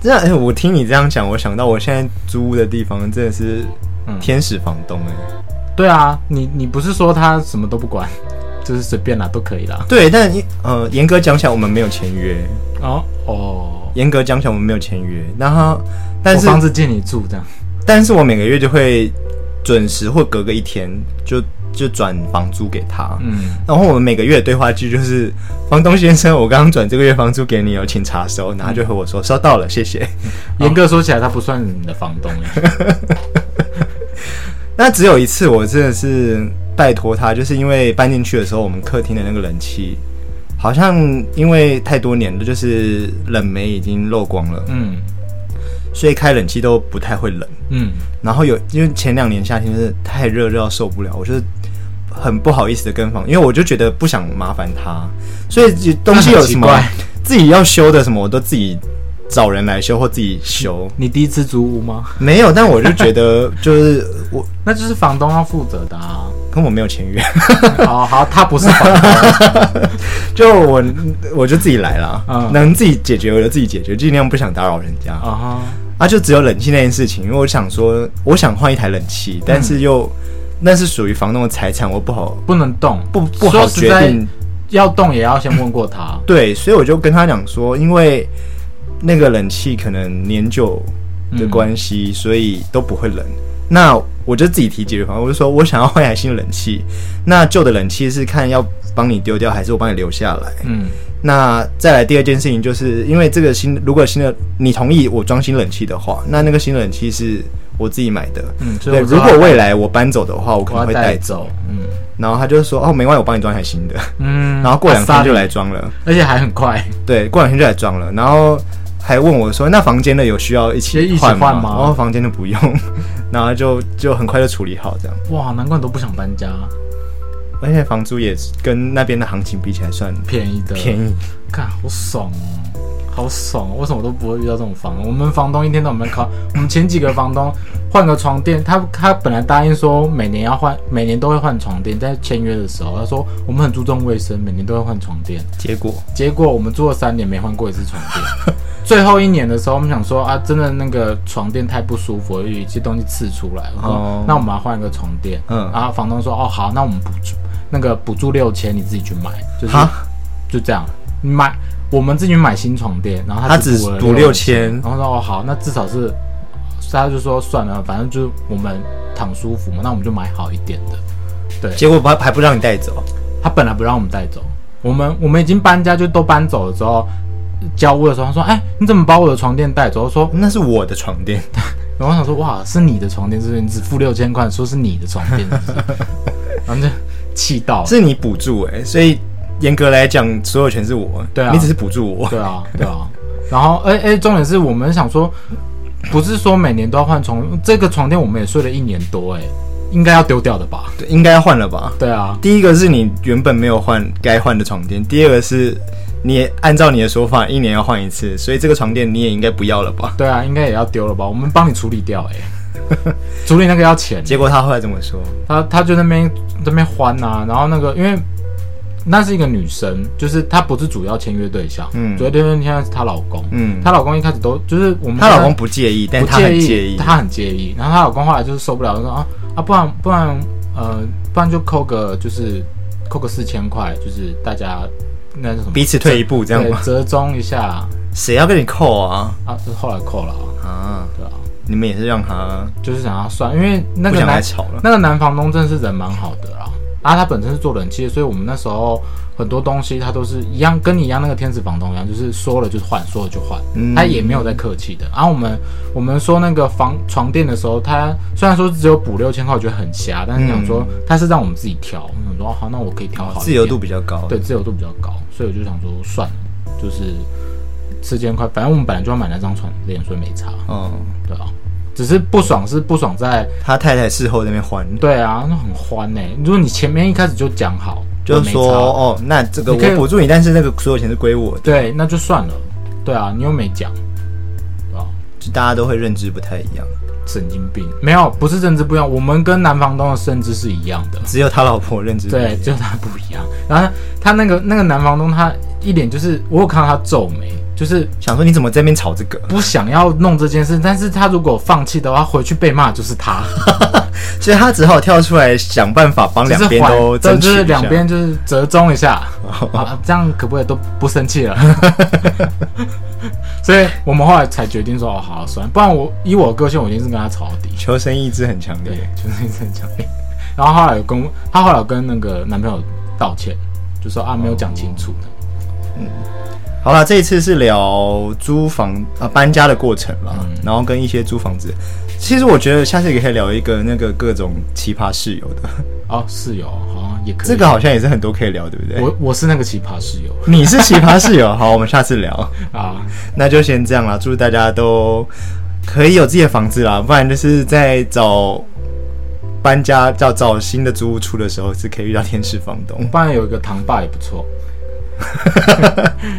Speaker 1: 真的，哎、我听你这样讲，我想到我现在租屋的地方真的是
Speaker 2: 嗯
Speaker 1: 天使房东哎、
Speaker 2: 对啊，你你不是说他什么都不管，就是随便啦都可以啦。
Speaker 1: 对，但呃，严格讲起来，我们没有签约。
Speaker 2: 哦哦，
Speaker 1: 严格讲起来，我们没有签约。然后，但
Speaker 2: 我
Speaker 1: 是
Speaker 2: 房子借你住这样。
Speaker 1: 但是我每个月就会准时或隔个一天就就转房租给他。
Speaker 2: 嗯，
Speaker 1: 然后我们每个月的对话句就是：“房东先生，我刚刚转这个月房租给你哦，请查收。”然后他就回我说：“收到了，谢谢。”
Speaker 2: 严格说起来，他不算你的房东欸耶。
Speaker 1: 那只有一次，我真的是拜托他，就是因为搬进去的时候，我们客厅的那个冷气好像因为太多年了，就是冷媒已经漏光了，
Speaker 2: 嗯
Speaker 1: 所以开冷气都不太会冷。
Speaker 2: 嗯
Speaker 1: 然后有因为前两年夏天真的太热，热到受不了，我就是很不好意思的跟房，因为我就觉得不想麻烦他，所以东西有什么
Speaker 2: 那很奇
Speaker 1: 自己要修的什么，我都自己找人来修或自己修。
Speaker 2: 你第一次租屋吗？
Speaker 1: 没有，但我就觉得就是我
Speaker 2: 那就是房东要负责 的啊。
Speaker 1: 跟我没有签约。
Speaker 2: 哦，好，他不是房东。
Speaker 1: 就我我就自己来啦，
Speaker 2: 嗯
Speaker 1: 能自己解决我就自己解决，尽量不想打扰人家。 啊，
Speaker 2: 啊
Speaker 1: 就只有冷气那件事情，因为我想说，我想换一台冷气，但是又、
Speaker 2: 嗯
Speaker 1: 那是属于房东的财产，我不好
Speaker 2: 不能动，
Speaker 1: 不不好
Speaker 2: 说实
Speaker 1: 决
Speaker 2: 在
Speaker 1: 定。
Speaker 2: 要动也要先问过他。
Speaker 1: 对，所以我就跟他讲说，因为那个冷气可能年久的关系，所以都不会冷。那我就自己提解决方案，我就说我想要换一台新的冷气，那旧的冷气是看要帮你丢掉，还是我帮你留下来？
Speaker 2: 嗯
Speaker 1: 那再来第二件事情，就是因为这个新，如果新的你同意我装新冷气的话，那那个新冷气是我自己买的。
Speaker 2: 嗯，所以
Speaker 1: 对，
Speaker 2: 我知
Speaker 1: 如
Speaker 2: 道
Speaker 1: 果未来我搬走的话，我 可能
Speaker 2: 我要
Speaker 1: 会
Speaker 2: 带
Speaker 1: 带走。
Speaker 2: 走，嗯
Speaker 1: 然后他就说：“哦，没关系，我帮你装一台新的。
Speaker 2: 嗯，
Speaker 1: 然后过两
Speaker 2: 啊
Speaker 1: 天就，来装了。
Speaker 2: sorry，而且还很快。
Speaker 1: 对，过两天就来装了。然后还问我说：“那房间的有需要一
Speaker 2: 也一
Speaker 1: 起
Speaker 2: 起
Speaker 1: 换吗？”
Speaker 2: 换吗
Speaker 1: 然后房间的不用， 然后就就很快就处理好这样。
Speaker 2: 哇，难怪你都不想搬家，
Speaker 1: 而且房租也跟那边的行情比起来算
Speaker 2: 便宜的，
Speaker 1: 便宜。
Speaker 2: 看好爽哦，好爽、哦！为什么我都不会遇到这种房东？我们房东一天到晚在考，我们前几个房东换个床垫，他他本来答应说每年要换，每年都会换床垫，在签约的时候他说我们很注重卫生，每年都会换床垫。
Speaker 1: 结果
Speaker 2: 结果我们住了三年没换过一次床垫， 最后一年的时候我们想说啊，真的那个床垫太不舒服了，有一些东西刺出来，我说、
Speaker 1: 哦
Speaker 2: 那我们要换一个床垫。
Speaker 1: 嗯
Speaker 2: 然后房东说哦好，那我们补助那个补助六千，你自己去买，就是
Speaker 1: 哈
Speaker 2: 就这样你买，我们自己买新床垫，然后
Speaker 1: 他
Speaker 2: 只
Speaker 1: 只
Speaker 2: 补了
Speaker 1: 补
Speaker 2: 六
Speaker 1: 6000
Speaker 2: 然后说哦好，那至少是他就说算了，反正就是我们躺舒服嘛，那我们就买好一点的。
Speaker 1: 结果还还不让你带走，
Speaker 2: 他本来不让我们带走，我们我们已经搬家就都搬走了之后，交屋的时候他说：“哎，你怎么把我的床垫带走？”我说
Speaker 1: 那是我的床垫，：“
Speaker 2: 然后我想说哇，是你的床垫，是不是你只付六千块，说是你的床垫，是不是？”然后就气到 了。
Speaker 1: 是你补助哎、所以严格来讲，所有权是我，
Speaker 2: 对啊
Speaker 1: 你只是补助我，
Speaker 2: 对啊，对啊。然后，哎、哎、重点是我们想说，不是说每年都要换床，这个床垫我们也睡了一年多、哎，应该要丢掉的吧？
Speaker 1: 对应该要换了吧？
Speaker 2: 对啊，
Speaker 1: 第一个是你原本没有换该换的床垫，第二个是你也按照你的说法，一年要换一次，所以这个床垫你也应该不要了吧？
Speaker 2: 对啊，应该也要丢了吧？我们帮你处理掉、哎，处理那个要钱。
Speaker 1: 结果他后来怎么说？
Speaker 2: 他他就那边那边欢啊，然后那个因为那是一个女生，就是她不是主要签约对象，
Speaker 1: 嗯
Speaker 2: 主要签约对象是她老公，
Speaker 1: 嗯，
Speaker 2: 她老公一开始都就是我们
Speaker 1: 她老公不介意，但
Speaker 2: 不
Speaker 1: 她很
Speaker 2: 意，
Speaker 1: 介意，
Speaker 2: 她很介意，然后她老公后来就是受不了，就说啊啊，不然不然呃，不然就扣个就是扣个四千块，就是大家那是什么
Speaker 1: 彼此退一步这样
Speaker 2: 对
Speaker 1: 吗？
Speaker 2: 折中一下
Speaker 1: 谁要跟你扣啊？
Speaker 2: 啊，后来扣了啊，
Speaker 1: 啊，
Speaker 2: 对啊，
Speaker 1: 你们也是让他
Speaker 2: 就是想要算，因为那
Speaker 1: 不
Speaker 2: 个
Speaker 1: 想再
Speaker 2: 男
Speaker 1: 吵了。
Speaker 2: 那个男房东真的是人蛮好的啦，啊，他本身是做冷气的，所以我们那时候很多东西他都是一样，跟你一样那个天使房东一样，就是说了就换，说了就换，
Speaker 1: 嗯
Speaker 2: 他也没有在客气的。啊然、后我们我们说那个房床垫的时候，他虽然说只有补六千块，我觉得很瞎，但是想说他是让我们自己挑，我想说哦好，那我可以挑好一点
Speaker 1: 自由度比较高，
Speaker 2: 对，自由度比较高，所以我就想说算了，就是四千块，反正我们本来就要买那张床垫，所以没差，
Speaker 1: 哦，
Speaker 2: 对啊，只是不爽是不爽在。
Speaker 1: 他太太事后在那边还，
Speaker 2: 对啊，那很欢呢、如果你前面一开始就讲好，
Speaker 1: 就是说
Speaker 2: 我没差
Speaker 1: 哦，那这个
Speaker 2: 你可以
Speaker 1: 我补助你，但是那个所有钱是归我的，
Speaker 2: 对，那就算了。对啊，你又没讲，对吧？
Speaker 1: 就大家都会认知不太一样，
Speaker 2: 神经病，没有，不是认知不一样，我们跟男房东的认知是一样的。
Speaker 1: 只有他老婆认知不一样
Speaker 2: 对，就是他不一样。然后他那个那个男房东，他一脸就是，我有看到他皱眉，就是
Speaker 1: 想说你怎么在那边吵这个，
Speaker 2: 不想要弄这件事。但是他如果放弃的话，回去被骂就是他，
Speaker 1: 所以他只好跳出来想办法帮
Speaker 2: 就是
Speaker 1: 啊两边
Speaker 2: 缓
Speaker 1: 都争取
Speaker 2: 就
Speaker 1: 一
Speaker 2: 是
Speaker 1: 下
Speaker 2: 两边就是折中 一下，啊，这样可不可以都不生气了？ 所以我们后来才决定说，哦，好，算了，不然我以我个性，我一定是跟他吵到底。
Speaker 1: 求生意志很强
Speaker 2: 对
Speaker 1: 烈，，
Speaker 2: 就是一直很强烈。然后后来有跟我他后来有跟那个男朋友道歉，就说啊没有讲清楚的，
Speaker 1: 好了，这一次是聊租房啊、呃搬家的过程啦，
Speaker 2: 嗯
Speaker 1: 然后跟一些租房子。其实我觉得下次也可以聊一个那个各种奇葩室友的，
Speaker 2: 哦室友好像也可以。
Speaker 1: 这个好像也是很多可以聊，对不对？
Speaker 2: 我我是那个奇葩室友
Speaker 1: 你是奇葩室友，好，我们下次聊。
Speaker 2: 啊，
Speaker 1: 那就先这样啦，祝大家都可以有自己的房子啦，不然就是在找搬家、找找新的租屋处的时候，是可以遇到天使房东。
Speaker 2: 不然有一个堂爸也不错。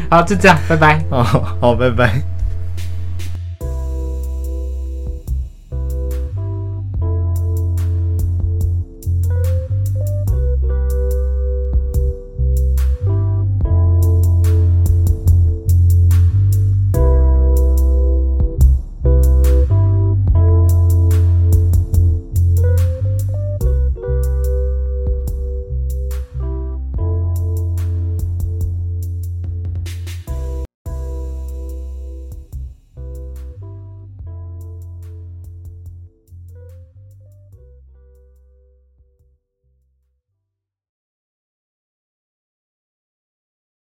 Speaker 2: 好，就这样，拜拜。
Speaker 1: 哦，好，拜拜。